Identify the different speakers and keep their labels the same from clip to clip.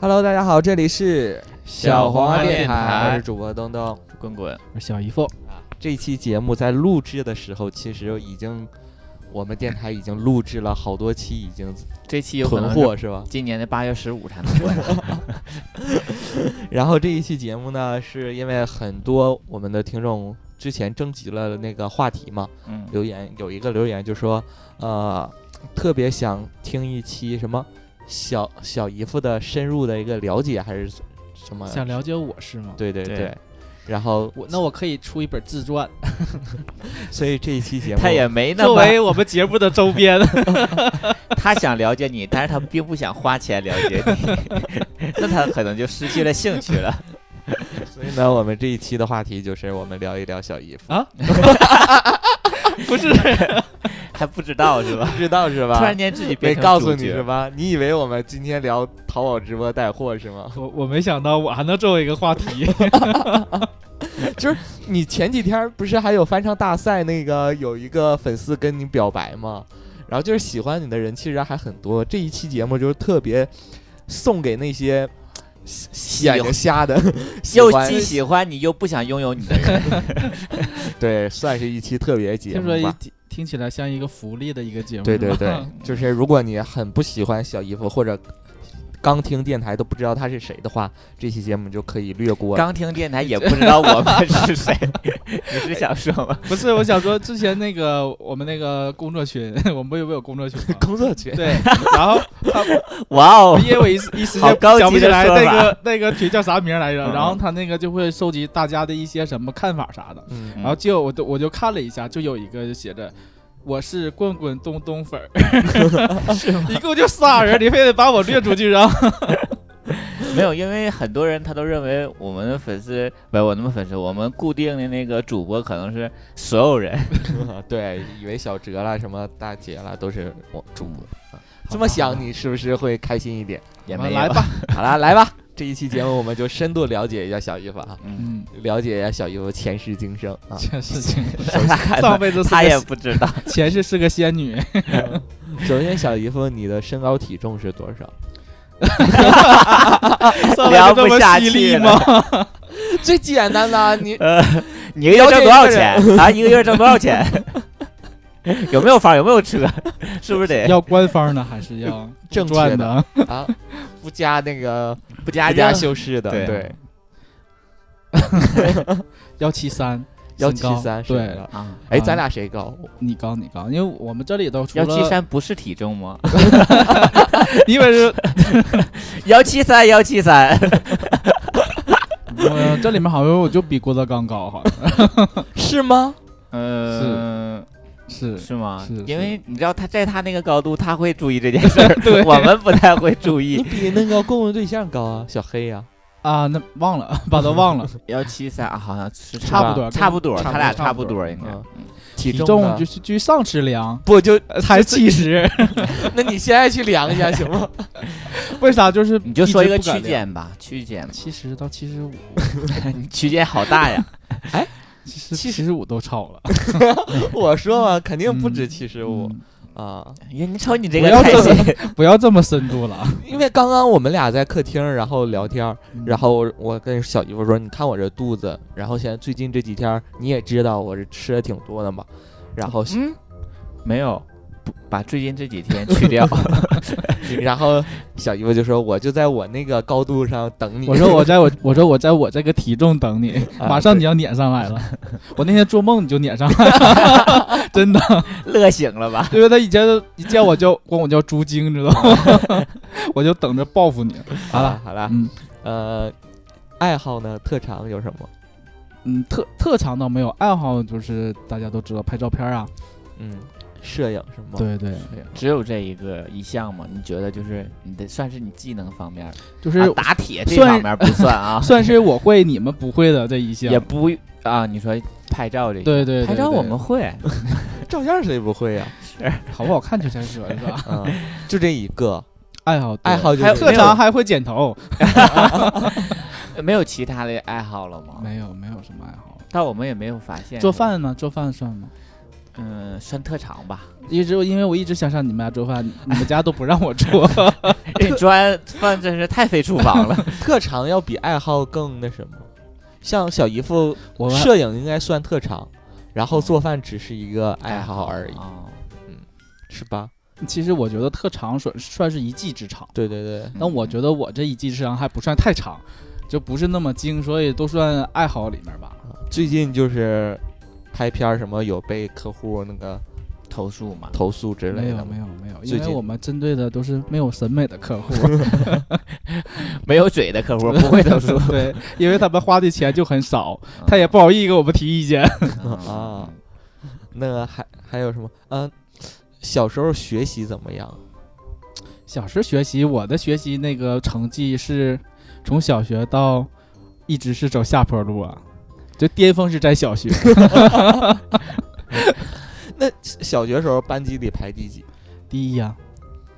Speaker 1: Hello，大家好，这里是
Speaker 2: 小黄
Speaker 1: 黄
Speaker 2: 鸭
Speaker 1: 电
Speaker 2: 电台
Speaker 1: 我是主播东东。
Speaker 2: 滚滚，
Speaker 3: 小姨夫，
Speaker 1: 这期节目在录制的时候，其实已经我们电台已经录制了好多期，已经
Speaker 2: 这期有可
Speaker 1: 囤
Speaker 2: 能
Speaker 1: 货
Speaker 2: 是
Speaker 1: 是吧？
Speaker 2: 今年的八月十五才能 出来。
Speaker 1: 然后这一期节目呢，是因为很多我们的听众之前征集了那个话题嘛，
Speaker 2: 嗯，
Speaker 1: 留言有一个留言就说，呃，特别想听一期什么小小姨夫的深入的一个了解还是什么？
Speaker 3: 想了解我是吗？，
Speaker 1: 对对
Speaker 2: 嗯对
Speaker 1: 对。然后，
Speaker 3: 我那我可以出一本自传，
Speaker 1: 所以这一期节目
Speaker 2: 他也没哎那
Speaker 3: 作
Speaker 2: 么，
Speaker 3: 为我们节目的周边。
Speaker 2: 他想了解你，但是他并不想花钱了解你， 那他可能就失去了兴趣了。
Speaker 1: 所以呢，我们这一期的话题就是我们聊一聊小姨夫，
Speaker 2: 不是， 还不知道是吧？
Speaker 1: 不知道是吧？
Speaker 2: 突然间自己
Speaker 1: 没
Speaker 2: 变成
Speaker 1: 告诉
Speaker 2: 主
Speaker 1: 你
Speaker 2: 角
Speaker 1: 是吧？你以为我们今天聊淘宝直播带货是吗？
Speaker 3: 我我没想到我还能作为一个 话题，
Speaker 1: 你前几天不是还有翻唱大赛那个有一个粉丝跟你表白吗？然后就是喜欢你的人其实还很多，这一期节目就是特别送给那些眼睛瞎的，喜
Speaker 2: 又
Speaker 1: 欢
Speaker 2: 既喜欢你又不想拥有你的 人，
Speaker 1: 对，算是一期特别节
Speaker 3: 听
Speaker 1: 目
Speaker 3: 说一
Speaker 1: 吧。
Speaker 3: 听听起来像一个福利的一个节目，
Speaker 1: 对对
Speaker 3: 是吧
Speaker 1: 对，就是如果你很不喜欢小姨夫或者。刚听电台都不知道他是谁的话，这期节目就可以略过了。
Speaker 2: 刚听电台也不知道我们是谁， 你是想说吗？
Speaker 3: 不是我想说之前那个我们那个工作群， 我们不有没有工作群 吗？
Speaker 1: 工作群，
Speaker 3: 对，然后他
Speaker 2: 哇 哦，
Speaker 3: 因为我一时一时
Speaker 2: 好
Speaker 3: 间
Speaker 2: 高级
Speaker 3: 想不起
Speaker 2: 的
Speaker 3: 来
Speaker 2: 说
Speaker 3: 那
Speaker 2: 法
Speaker 3: 个那个群叫啥名儿来着，
Speaker 2: 嗯
Speaker 3: 然后他那个就会收集大家的一些什么看法啥的，
Speaker 1: 嗯，
Speaker 3: 然后就我都我就看了一下，就有一个就写着。我是棍棍东东粉儿， 一共就仨人，你非得把我略出去，然后
Speaker 2: 没有，因为很多人他都认为我们的粉丝不是我们粉丝，我们固定的那个主播可能是所有人。
Speaker 1: 啊对，以为小哲啦、什么大姐啦都是我主播。啊这
Speaker 3: 好
Speaker 1: 么
Speaker 3: 吧
Speaker 1: 想，你是不是会开心一点？
Speaker 2: 也
Speaker 3: 我
Speaker 2: 没
Speaker 3: 们
Speaker 2: 有
Speaker 3: 来吧，
Speaker 1: 好啦，来吧，这一期节目我们就深度了解一下小姨夫啊，
Speaker 2: 嗯，
Speaker 3: 嗯，
Speaker 1: 了解一下小姨夫前世今生啊。
Speaker 3: 这事情上
Speaker 2: 他
Speaker 3: 辈子是
Speaker 2: 他也
Speaker 3: 个
Speaker 2: 不知道，
Speaker 3: 前世是个仙女，
Speaker 1: 首先，小姨夫，你的身高体重是多 少？
Speaker 3: 上辈
Speaker 2: 聊
Speaker 3: 子
Speaker 2: 不
Speaker 3: 这
Speaker 2: 下
Speaker 3: 么犀
Speaker 2: 去
Speaker 3: 利
Speaker 2: 了
Speaker 3: 吗？
Speaker 1: 最简单的啊，你
Speaker 2: 你一个月挣多少钱啊？一个月挣多少钱？ 有没有房？有没有车？ 是不是得
Speaker 3: 要官方的还是要
Speaker 1: 正确的
Speaker 3: 赚的？
Speaker 1: 啊，不加那个
Speaker 2: 不
Speaker 1: 不
Speaker 2: 加
Speaker 1: 加
Speaker 2: 价？
Speaker 1: 修饰的，
Speaker 2: 对
Speaker 1: 对，
Speaker 3: 幺七三，
Speaker 1: 幺
Speaker 3: 身
Speaker 1: 七
Speaker 3: 高
Speaker 1: 三是
Speaker 3: 对，
Speaker 1: 吧？
Speaker 2: 啊，
Speaker 1: 哎，咱俩谁高？
Speaker 3: 你高你高，因为我们这里头除
Speaker 2: 幺
Speaker 3: 了
Speaker 2: 七，三不是体重吗？
Speaker 3: 你以为是
Speaker 2: 幺七三幺七三，
Speaker 3: 我这里面好像我就比郭德纲高，好像
Speaker 1: 是吗？
Speaker 2: 嗯，
Speaker 3: 是
Speaker 2: 是吗
Speaker 3: 呃是？
Speaker 2: 因
Speaker 3: 是
Speaker 2: 为你知道他在他那个高度，他会注意这件事 儿，我们不太会注意
Speaker 1: 你。比那个共同对象高啊， 小黑呀。
Speaker 3: 啊，那忘了， 把它忘了。
Speaker 2: 幺七三啊，好像是
Speaker 1: 差不
Speaker 3: 多
Speaker 2: 差不多，
Speaker 1: 差不多
Speaker 2: 他俩
Speaker 3: 差
Speaker 2: 差
Speaker 3: 不
Speaker 2: 不
Speaker 3: 多
Speaker 2: 多应该。
Speaker 1: 嗯
Speaker 2: 嗯
Speaker 1: 体
Speaker 3: 重
Speaker 1: 呢
Speaker 3: 就是据上尺量
Speaker 1: 不就
Speaker 3: 才七十，
Speaker 1: 那你现在去量一下行 吗？
Speaker 3: 为啥？就是，
Speaker 2: 你就说一个区，间吧，区间
Speaker 3: 七十到七十五，
Speaker 2: 你区间好大 呀。
Speaker 3: 其实哎七十五都超了，
Speaker 1: 我说嘛，肯定不止七十五
Speaker 3: 嗯
Speaker 1: 啊！
Speaker 2: 呀你瞅你这
Speaker 3: 不
Speaker 2: 个
Speaker 3: 要
Speaker 2: 开
Speaker 3: 这么
Speaker 2: 心，
Speaker 3: 不要这么深度了。
Speaker 1: 因为刚刚我们俩在客厅，然后聊天，
Speaker 3: 嗯
Speaker 1: 然后我跟小姨夫说：“你看我这肚子，然后现在最近这几天你也知道我这吃的挺多的嘛。”然后，
Speaker 2: 嗯，没有，不把最近这几 天去掉。
Speaker 1: 然后小姨夫就说：“我就在我那个高度上等你。”
Speaker 3: 我说我在我我说我在我这个体重等你，
Speaker 1: 啊
Speaker 3: 马上你要撵上来了。我那天做梦你就撵上来 了，真的，
Speaker 2: 乐醒了吧？
Speaker 3: 因为他以前就一见我就管我叫猪精，知道吗？ 我就等着报复你。好了，
Speaker 1: 好了，
Speaker 3: 嗯
Speaker 1: 呃，爱好呢，特长有什么？
Speaker 3: 嗯，特特长倒没有，爱好就是大家都知道拍照片啊，
Speaker 1: 嗯，摄影是吗？，
Speaker 3: 对对，
Speaker 2: 只有这一个一项吗？你觉得就是你的算是你技能方面儿，
Speaker 3: 就是、
Speaker 2: 啊打铁这
Speaker 3: 算，
Speaker 2: 方面儿不算啊
Speaker 3: 算是我会你们不会的这一项
Speaker 2: 也。不啊。你说拍照这，
Speaker 3: 对对对
Speaker 2: 拍照
Speaker 3: 对
Speaker 2: 我们 会，
Speaker 1: 照相谁不会呀？
Speaker 3: 好不好看就先说是吧？
Speaker 1: 啊，就这一个
Speaker 3: 爱好对
Speaker 1: 爱好，就
Speaker 2: 还有
Speaker 1: 是
Speaker 3: 特长还会剪头，
Speaker 2: 没有其他的
Speaker 1: 啊
Speaker 2: 爱好了吗？
Speaker 3: 没有没有什么爱好。
Speaker 2: 但我们也没有发现
Speaker 3: 做饭呢？做饭算吗？
Speaker 2: 嗯，算特长吧。
Speaker 3: 一直因为我一直想上你们家做饭， 你们家都不让我做。
Speaker 2: 这砖饭真是太费厨房 了。
Speaker 1: 特长要比爱好更那什么。像小姨夫，
Speaker 3: 我们
Speaker 1: 摄影应该算特长，然后做饭只是一个爱好而
Speaker 3: 啊
Speaker 1: 已，
Speaker 2: 哦
Speaker 1: 是吧？
Speaker 3: 其实我觉得特长算算是一技之长，
Speaker 1: 对对对，
Speaker 3: 但我觉得我这一技之长还不算太长，就不是那么精，所以都算爱好里面吧。
Speaker 1: 最近就是拍片儿什么有被客户那个
Speaker 2: 投诉嘛，
Speaker 1: 投诉之
Speaker 3: 没
Speaker 1: 类的
Speaker 3: 有
Speaker 1: 吗
Speaker 3: 没？有没有，
Speaker 1: 最
Speaker 3: 因为
Speaker 1: 近
Speaker 3: 我们针对的都是没有审美的客 户，。
Speaker 2: 没有嘴的客户不会投 诉
Speaker 3: 对，因为他们花的钱就很少，
Speaker 2: 嗯
Speaker 3: 他也不好意思给我们提意见。
Speaker 1: 啊，那还还有什么？嗯、小时候学习怎么样？
Speaker 3: 小时候学习，我的学习那个成绩是从小学到一直是走下坡路啊，就巅峰是在小学，
Speaker 1: 那小学时候班级里排第几？
Speaker 3: 第一呀、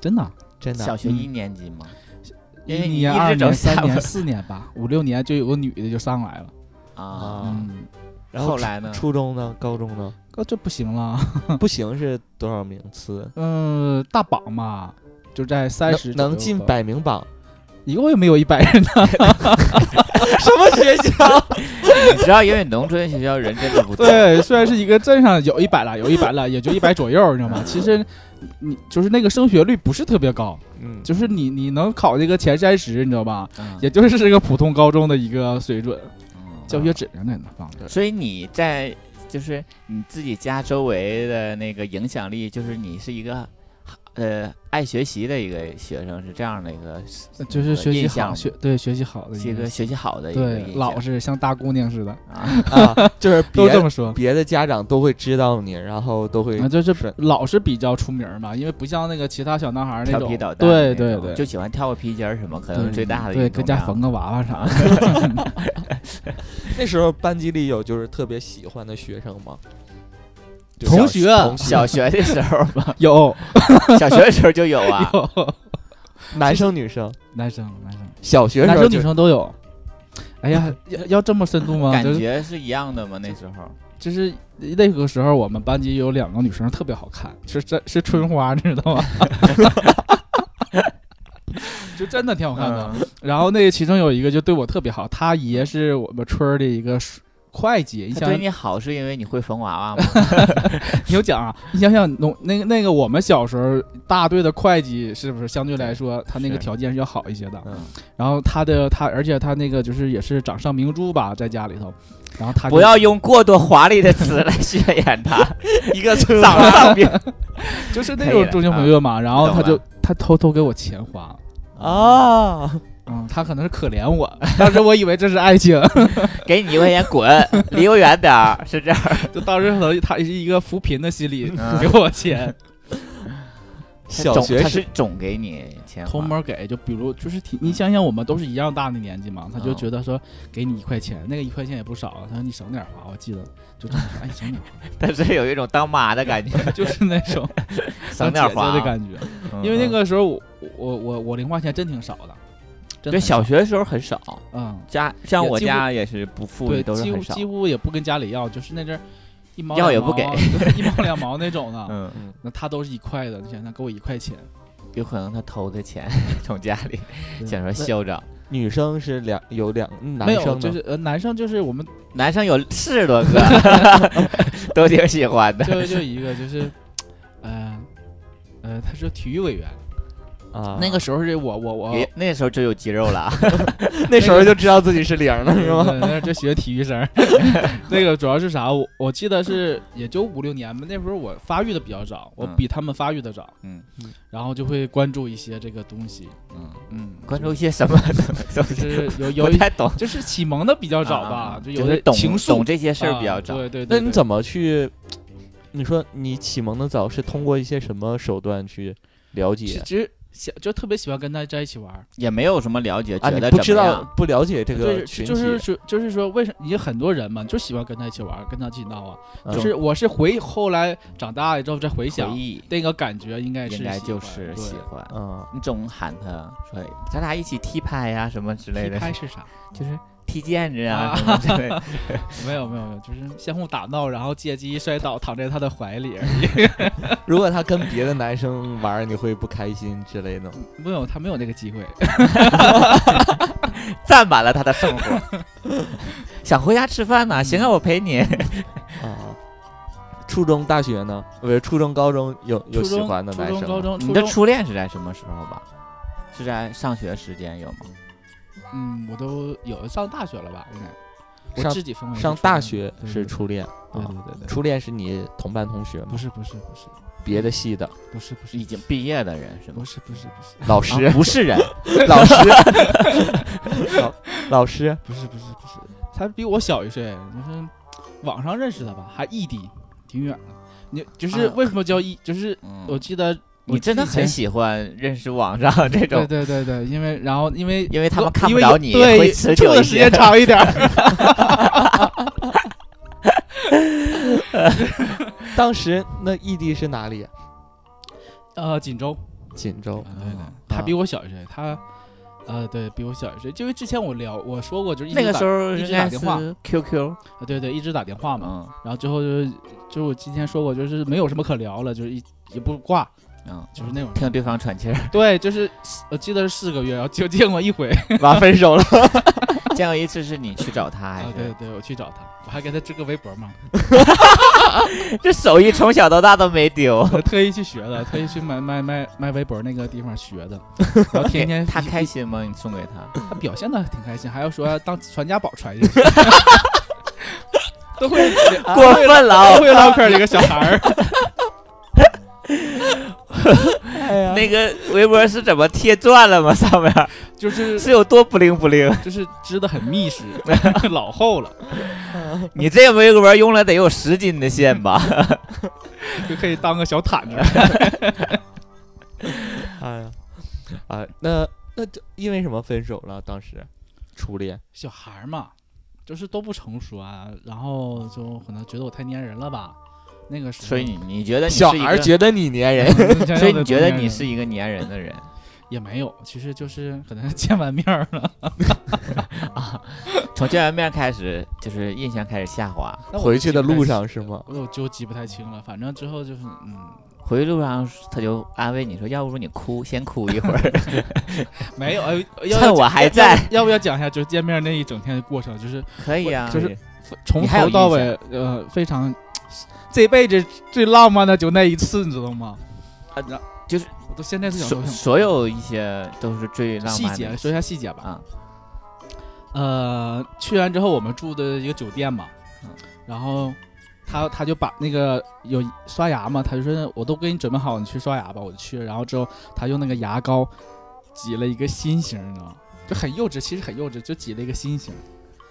Speaker 3: 真的啊，
Speaker 1: 真的
Speaker 2: 小
Speaker 1: 啊？
Speaker 2: 学一年级嘛，因为
Speaker 3: 一
Speaker 2: 你
Speaker 3: 年、
Speaker 2: 一直
Speaker 3: 二
Speaker 2: 走
Speaker 3: 年、
Speaker 2: 下
Speaker 3: 三
Speaker 2: 坡
Speaker 3: 年、四年吧，五六年就有个女的就上来了，
Speaker 2: 啊。
Speaker 1: 啊
Speaker 3: 嗯，
Speaker 1: 然后
Speaker 2: 后来 呢？
Speaker 1: 初中呢？高中呢？
Speaker 3: 那这不行了，
Speaker 1: 不行是多少名次？
Speaker 3: 嗯、大榜嘛，就在三十，
Speaker 1: 能能进，百名榜？
Speaker 3: 一共也没有一百 人呢，
Speaker 1: 什么学校？
Speaker 2: 你知道，因为农村学校人真的不多。
Speaker 3: 对，虽然是一个镇上有一百了，有一百了，也就一百左右，你知道吗？
Speaker 2: 嗯
Speaker 3: 其实你就是那个升学率不是特别高，
Speaker 1: 嗯，
Speaker 3: 就是你你能考这个前三十，你知道吧？
Speaker 2: 嗯，
Speaker 3: 也就是一个普通高中的一个水准，
Speaker 2: 嗯
Speaker 3: 教学质量在那放着。
Speaker 2: 所以你在就是你自己家周围的那个影响力，就是你是一个呃爱学习的一个学生，是这样的一个，
Speaker 3: 啊就是学习
Speaker 2: 印
Speaker 3: 好，
Speaker 2: 象
Speaker 3: 学对学习好的
Speaker 2: 是一
Speaker 3: 一
Speaker 2: 个
Speaker 3: 个，
Speaker 2: 学习好的一个
Speaker 3: 对
Speaker 2: 印象
Speaker 3: 老实，像大姑娘似的，
Speaker 2: 啊，
Speaker 1: 啊，就是
Speaker 3: 都
Speaker 1: 别
Speaker 3: 这
Speaker 1: 的
Speaker 3: 么说。
Speaker 1: 别的家长都会知道你，然后都会
Speaker 3: 啊，就是
Speaker 1: 是
Speaker 3: 老是比较出名儿嘛，因为不像那个其他小男孩儿那
Speaker 2: 调
Speaker 3: 种
Speaker 2: 皮捣，蛋的
Speaker 3: 对
Speaker 2: 那
Speaker 3: 对
Speaker 2: 种
Speaker 3: 对，
Speaker 2: 就喜欢跳个皮筋儿什么，可
Speaker 3: 对
Speaker 2: 能最大的
Speaker 3: 对，
Speaker 2: 运动
Speaker 3: 跟家
Speaker 2: 量
Speaker 3: 缝个娃娃啥的。
Speaker 2: 啊
Speaker 1: 那时候班级里有就是特别喜欢的学生吗？就小
Speaker 3: 同学
Speaker 1: 同学，
Speaker 2: 小学的时候吧，
Speaker 3: 有
Speaker 2: 小学的时候就有啊，
Speaker 3: 有，
Speaker 1: 男生女生，
Speaker 3: 男生男生
Speaker 1: 小学
Speaker 3: 男
Speaker 1: 时候
Speaker 3: 生
Speaker 1: 就
Speaker 3: 女生都有。哎呀，要要这么深度吗？
Speaker 2: 感
Speaker 3: 就是
Speaker 2: 觉是一样的吗？那时候
Speaker 3: 就是那个时候，我们班级有两个女生特别好看，是真是春花，你知道吗？ 就真的挺好看的。然后那个其中有一个就对我特别好，她爷是我们村儿的一个会计。你
Speaker 2: 他
Speaker 3: 想
Speaker 2: 对你好是因为你会缝娃娃吗？
Speaker 3: 你有讲啊，你想想农那个那个我们小时候大队的会计是不是相对来说他那个
Speaker 2: 是
Speaker 3: 条件是要好一些的？
Speaker 1: 嗯
Speaker 3: 然后他的他，而且他那个就是也是掌上明珠吧，在家里头。然后他就
Speaker 2: 不要用过多华丽的词来渲染他， 一个
Speaker 1: 村
Speaker 2: 长上病。
Speaker 3: 就是那种中情朋友
Speaker 2: 啊
Speaker 3: 嘛，然后他就他偷偷给我钱花。
Speaker 1: 啊，
Speaker 3: 嗯，他可能是可怜我， 当时我以为这是爱情，
Speaker 2: 给你一块钱滚，离我远点儿，是这样。
Speaker 3: 就当时可能他是一个扶贫的心理
Speaker 2: 嗯
Speaker 3: 给我 钱，
Speaker 1: 小
Speaker 2: 总
Speaker 1: 学
Speaker 2: 他
Speaker 1: 时
Speaker 2: 是总给你钱花，
Speaker 3: 偷摸给，就比如就是挺，你想想我们都是一样大的年纪
Speaker 2: 嗯
Speaker 3: 嘛，他就觉得说给你一块钱，那个一块钱也不少，他说你省点花，我记得就这么说，哎，省 点花，
Speaker 2: 但是有一种当妈的感觉，
Speaker 3: 就是那 种
Speaker 2: 省点花
Speaker 3: 姐姐的感觉，
Speaker 2: 嗯
Speaker 3: 因为那个时候我我我我零花钱真挺少的，真
Speaker 2: 对
Speaker 3: 很少
Speaker 2: 小学的时候很少，
Speaker 3: 嗯，
Speaker 2: 家像
Speaker 3: 也
Speaker 2: 我
Speaker 3: 几乎
Speaker 2: 家也是不富裕，
Speaker 3: 对，
Speaker 2: 都是
Speaker 3: 几乎
Speaker 2: 很少
Speaker 3: 几。乎也不跟家里要，就是那阵儿一毛
Speaker 2: 要
Speaker 3: 两
Speaker 2: 也不
Speaker 3: 毛啊
Speaker 2: 给
Speaker 3: 对一 毛两毛那种的，
Speaker 2: 嗯，
Speaker 3: 那他都是一块的，你想想给我一块钱，
Speaker 2: 有可能他偷的 钱从家里，
Speaker 3: 对
Speaker 2: 想说嚣张。
Speaker 1: 女生是两有两男
Speaker 3: 没有
Speaker 1: 生
Speaker 3: 就
Speaker 1: 呢
Speaker 3: 是呃男生就是 我们
Speaker 2: 男生有四十多个， 都挺喜欢的。
Speaker 3: 就就一个就是，呃呃他是体育委员，
Speaker 1: 啊，
Speaker 3: 那个时候是我我我
Speaker 2: 也那时候就有肌肉了啊，
Speaker 1: 那时候就知道自己是零 了是吗？
Speaker 3: 嗯对那就学体育生儿，那个主要是啥？我我记得是也就五六年吧，那时候我发育的比较早，我
Speaker 2: 嗯
Speaker 3: 比他们发育的早，
Speaker 2: 嗯
Speaker 1: 嗯
Speaker 3: 然后就会关注一些这个东西，
Speaker 2: 嗯，
Speaker 3: 嗯，
Speaker 2: 关注一些什么东
Speaker 3: 就
Speaker 2: 西？
Speaker 3: 是有有
Speaker 2: 不
Speaker 3: 一
Speaker 2: 太懂。
Speaker 3: 就是启蒙的比较早
Speaker 2: 啊
Speaker 3: 吧，就有
Speaker 2: 是
Speaker 3: 的
Speaker 2: 懂
Speaker 3: 情愫
Speaker 2: 懂这些事儿比较
Speaker 3: 啊
Speaker 2: 早。
Speaker 3: 对对对
Speaker 1: 那你
Speaker 3: 对
Speaker 1: 怎么去？你说你启蒙的早是通过一些什么手段去了
Speaker 3: 其
Speaker 1: 解
Speaker 3: 实想就特别喜欢跟他在一起玩儿，
Speaker 2: 也没有什么了解，
Speaker 1: 啊？
Speaker 2: 觉
Speaker 1: 你
Speaker 2: 得
Speaker 1: 不
Speaker 2: 怎
Speaker 1: 知
Speaker 2: 么
Speaker 1: 道
Speaker 2: 样
Speaker 1: 不了解这
Speaker 3: 对
Speaker 1: 个
Speaker 3: 就
Speaker 1: 群
Speaker 3: 就是
Speaker 1: 体，
Speaker 3: 说就是说为什也很多人嘛，就喜欢跟他一起玩儿，跟他一起闹啊。
Speaker 1: 嗯
Speaker 3: 就是我是回后来长大了之后再回
Speaker 2: 回
Speaker 3: 想
Speaker 2: 忆，
Speaker 3: 那个感觉，应该是
Speaker 2: 应该
Speaker 3: 喜
Speaker 2: 就
Speaker 3: 欢
Speaker 2: 是
Speaker 3: 对
Speaker 2: 喜欢。
Speaker 1: 嗯
Speaker 2: 你总喊他说咱俩一起踢拍呀、什么之类
Speaker 3: 踢
Speaker 2: 的，
Speaker 3: 拍是啥？
Speaker 2: 就是踢毽子啊
Speaker 3: 啊
Speaker 2: 什么之类的。
Speaker 3: 没有没有没有，就是相互打闹，然后借机摔倒，躺在他的怀里而
Speaker 1: 如果他跟别的男生玩儿，你会不开心之类的吗？
Speaker 3: 已。没有，他没有那个 机会。
Speaker 2: 占满了他的生活。 想回家吃饭呢、
Speaker 3: 嗯
Speaker 2: 行啊，我陪你。
Speaker 1: 啊，初中、大学呢？不是初中、高中有有
Speaker 3: 初
Speaker 1: 喜
Speaker 3: 中
Speaker 1: 欢的男
Speaker 3: 初
Speaker 1: 生吗？
Speaker 3: 中、高中、初
Speaker 2: 你的
Speaker 3: 中，
Speaker 2: 初恋是在什么时候吧？是在上学时间有吗？
Speaker 3: 嗯，我都有上大学了吧？应该。我
Speaker 1: 上
Speaker 3: 自己分为是
Speaker 1: 上
Speaker 3: 嗯初
Speaker 1: 大
Speaker 3: 中
Speaker 1: 学
Speaker 3: 对
Speaker 1: 是
Speaker 3: 对
Speaker 1: 初恋
Speaker 3: 对
Speaker 1: 啊
Speaker 3: 对，对对，
Speaker 1: 初恋是你同班同学
Speaker 3: 不
Speaker 1: 吗？
Speaker 3: 是不是不是啊
Speaker 1: 别的系的
Speaker 3: 不是不是
Speaker 2: 已经毕业的人是吗
Speaker 3: 不？是不是不是
Speaker 1: 老
Speaker 2: 啊
Speaker 1: 师，
Speaker 2: 不是 人，
Speaker 1: 老师，老老师，
Speaker 3: 不是不是不是，他比我小一岁，就是网上认识的吧，还异地，挺远的。你就是
Speaker 2: 啊
Speaker 3: 为什么叫异？就是
Speaker 2: 嗯
Speaker 3: 我记得
Speaker 2: 你真的
Speaker 3: 我记得以
Speaker 2: 很
Speaker 3: 前
Speaker 2: 喜欢认识网上这种
Speaker 3: 对，对对对，因为然后因为
Speaker 2: 因为他们
Speaker 3: 我
Speaker 2: 看
Speaker 3: 因
Speaker 2: 不
Speaker 3: 为
Speaker 2: 着
Speaker 3: 有
Speaker 2: 你会
Speaker 3: 对，
Speaker 2: 持
Speaker 3: 住
Speaker 2: 久
Speaker 3: 的
Speaker 2: 一
Speaker 3: 时
Speaker 2: 些
Speaker 3: 间长一点儿。
Speaker 1: 当时那异地是哪里？啊
Speaker 3: 呃，锦州，
Speaker 1: 锦州。
Speaker 3: 对对
Speaker 2: 啊，
Speaker 3: 他比我小一岁，他呃对比我小一岁，因为之前我聊我说过，就是一 直
Speaker 2: 那个
Speaker 3: 打
Speaker 2: 时候
Speaker 3: 一直
Speaker 2: 应该
Speaker 3: 打
Speaker 2: 是
Speaker 3: 电话
Speaker 2: QQ，
Speaker 3: 呃对对一直打电话嘛，
Speaker 2: 嗯
Speaker 3: 然后最后就是就是我今天说过，就是没有什么可聊了，就是一也不挂，
Speaker 2: 嗯，
Speaker 3: 就是那种
Speaker 2: 听对方喘气
Speaker 1: 嗯
Speaker 2: 儿，
Speaker 3: 对，就是我记得是四个月，然后就见过一回，
Speaker 1: 完分手了，
Speaker 2: 见过一次是你去找
Speaker 1: 哎
Speaker 2: 他还
Speaker 3: 啊对
Speaker 2: 是？
Speaker 3: 对，我去找他，我还给他支个微 博嘛，
Speaker 2: 这手艺从小到大都没丢。
Speaker 3: 我特意去学的，特意去买买买买微博那个地方学 的，然后天天
Speaker 2: 他开心吗？你送给他？
Speaker 3: 他表现的挺开心，还要说当传家宝 传进去，都会
Speaker 2: 过分了
Speaker 1: 哦
Speaker 3: 都
Speaker 2: 啊！
Speaker 3: 会唠嗑儿一个小孩儿。
Speaker 1: 哎呀，
Speaker 2: 那个微博是怎么贴钻了吗？ 上面
Speaker 3: 就是
Speaker 2: 是有多不灵不灵？
Speaker 3: 就是织的很密实， 老厚了，
Speaker 2: 你这微博用了得有十斤的线吧？
Speaker 3: 就可以当个小毯子。
Speaker 1: 哎呀，啊，那那就因为什么分手了？当时初恋
Speaker 3: 小孩儿嘛，就是都不成熟啊，然后就可能觉得我太粘人了吧。那个时 候，
Speaker 2: 所 以你你觉得你
Speaker 1: 小
Speaker 2: 是一
Speaker 1: 孩
Speaker 2: 个
Speaker 1: 儿，觉得你粘人，
Speaker 3: 你
Speaker 2: 所以你觉得你是一个粘人的人？
Speaker 3: 也没有，其实就是可能见完面儿了。
Speaker 2: 从见完面开始，就是印象开始下滑。
Speaker 3: 但我
Speaker 1: 回去的
Speaker 3: 记不太
Speaker 1: 路上
Speaker 3: 清
Speaker 1: 是吗？
Speaker 3: 我就记不太清了，反正之后就是嗯，
Speaker 2: 回去路上，他就安慰你说：“要不你哭，先哭一会 儿，
Speaker 3: 没有，哎要
Speaker 2: 趁我还在。
Speaker 3: 要要不要讲一下就是见面那一整天的过程？就是”
Speaker 2: 可以啊，
Speaker 3: 就是从
Speaker 2: 你还有
Speaker 3: 头到
Speaker 2: 印象
Speaker 3: 尾，呃，非常这辈子最浪漫的就那一次，你知道吗？
Speaker 2: 啊那就是
Speaker 3: 我都现在都想
Speaker 2: 所
Speaker 3: 都想
Speaker 2: 所有一些都是最浪
Speaker 3: 细
Speaker 2: 漫
Speaker 3: 节
Speaker 2: 的
Speaker 3: 说一下细节吧。
Speaker 2: 啊，
Speaker 3: 呃，去完之后我们住的一个酒店嘛
Speaker 2: 嗯，
Speaker 3: 然后他他就把那个有刷牙嘛，他就说我都给你准备好，你去刷牙吧，我就去了。然后之后他用那个牙膏挤了一个心形，你知道吗？就很幼稚，其实很幼稚，就挤了一个心形。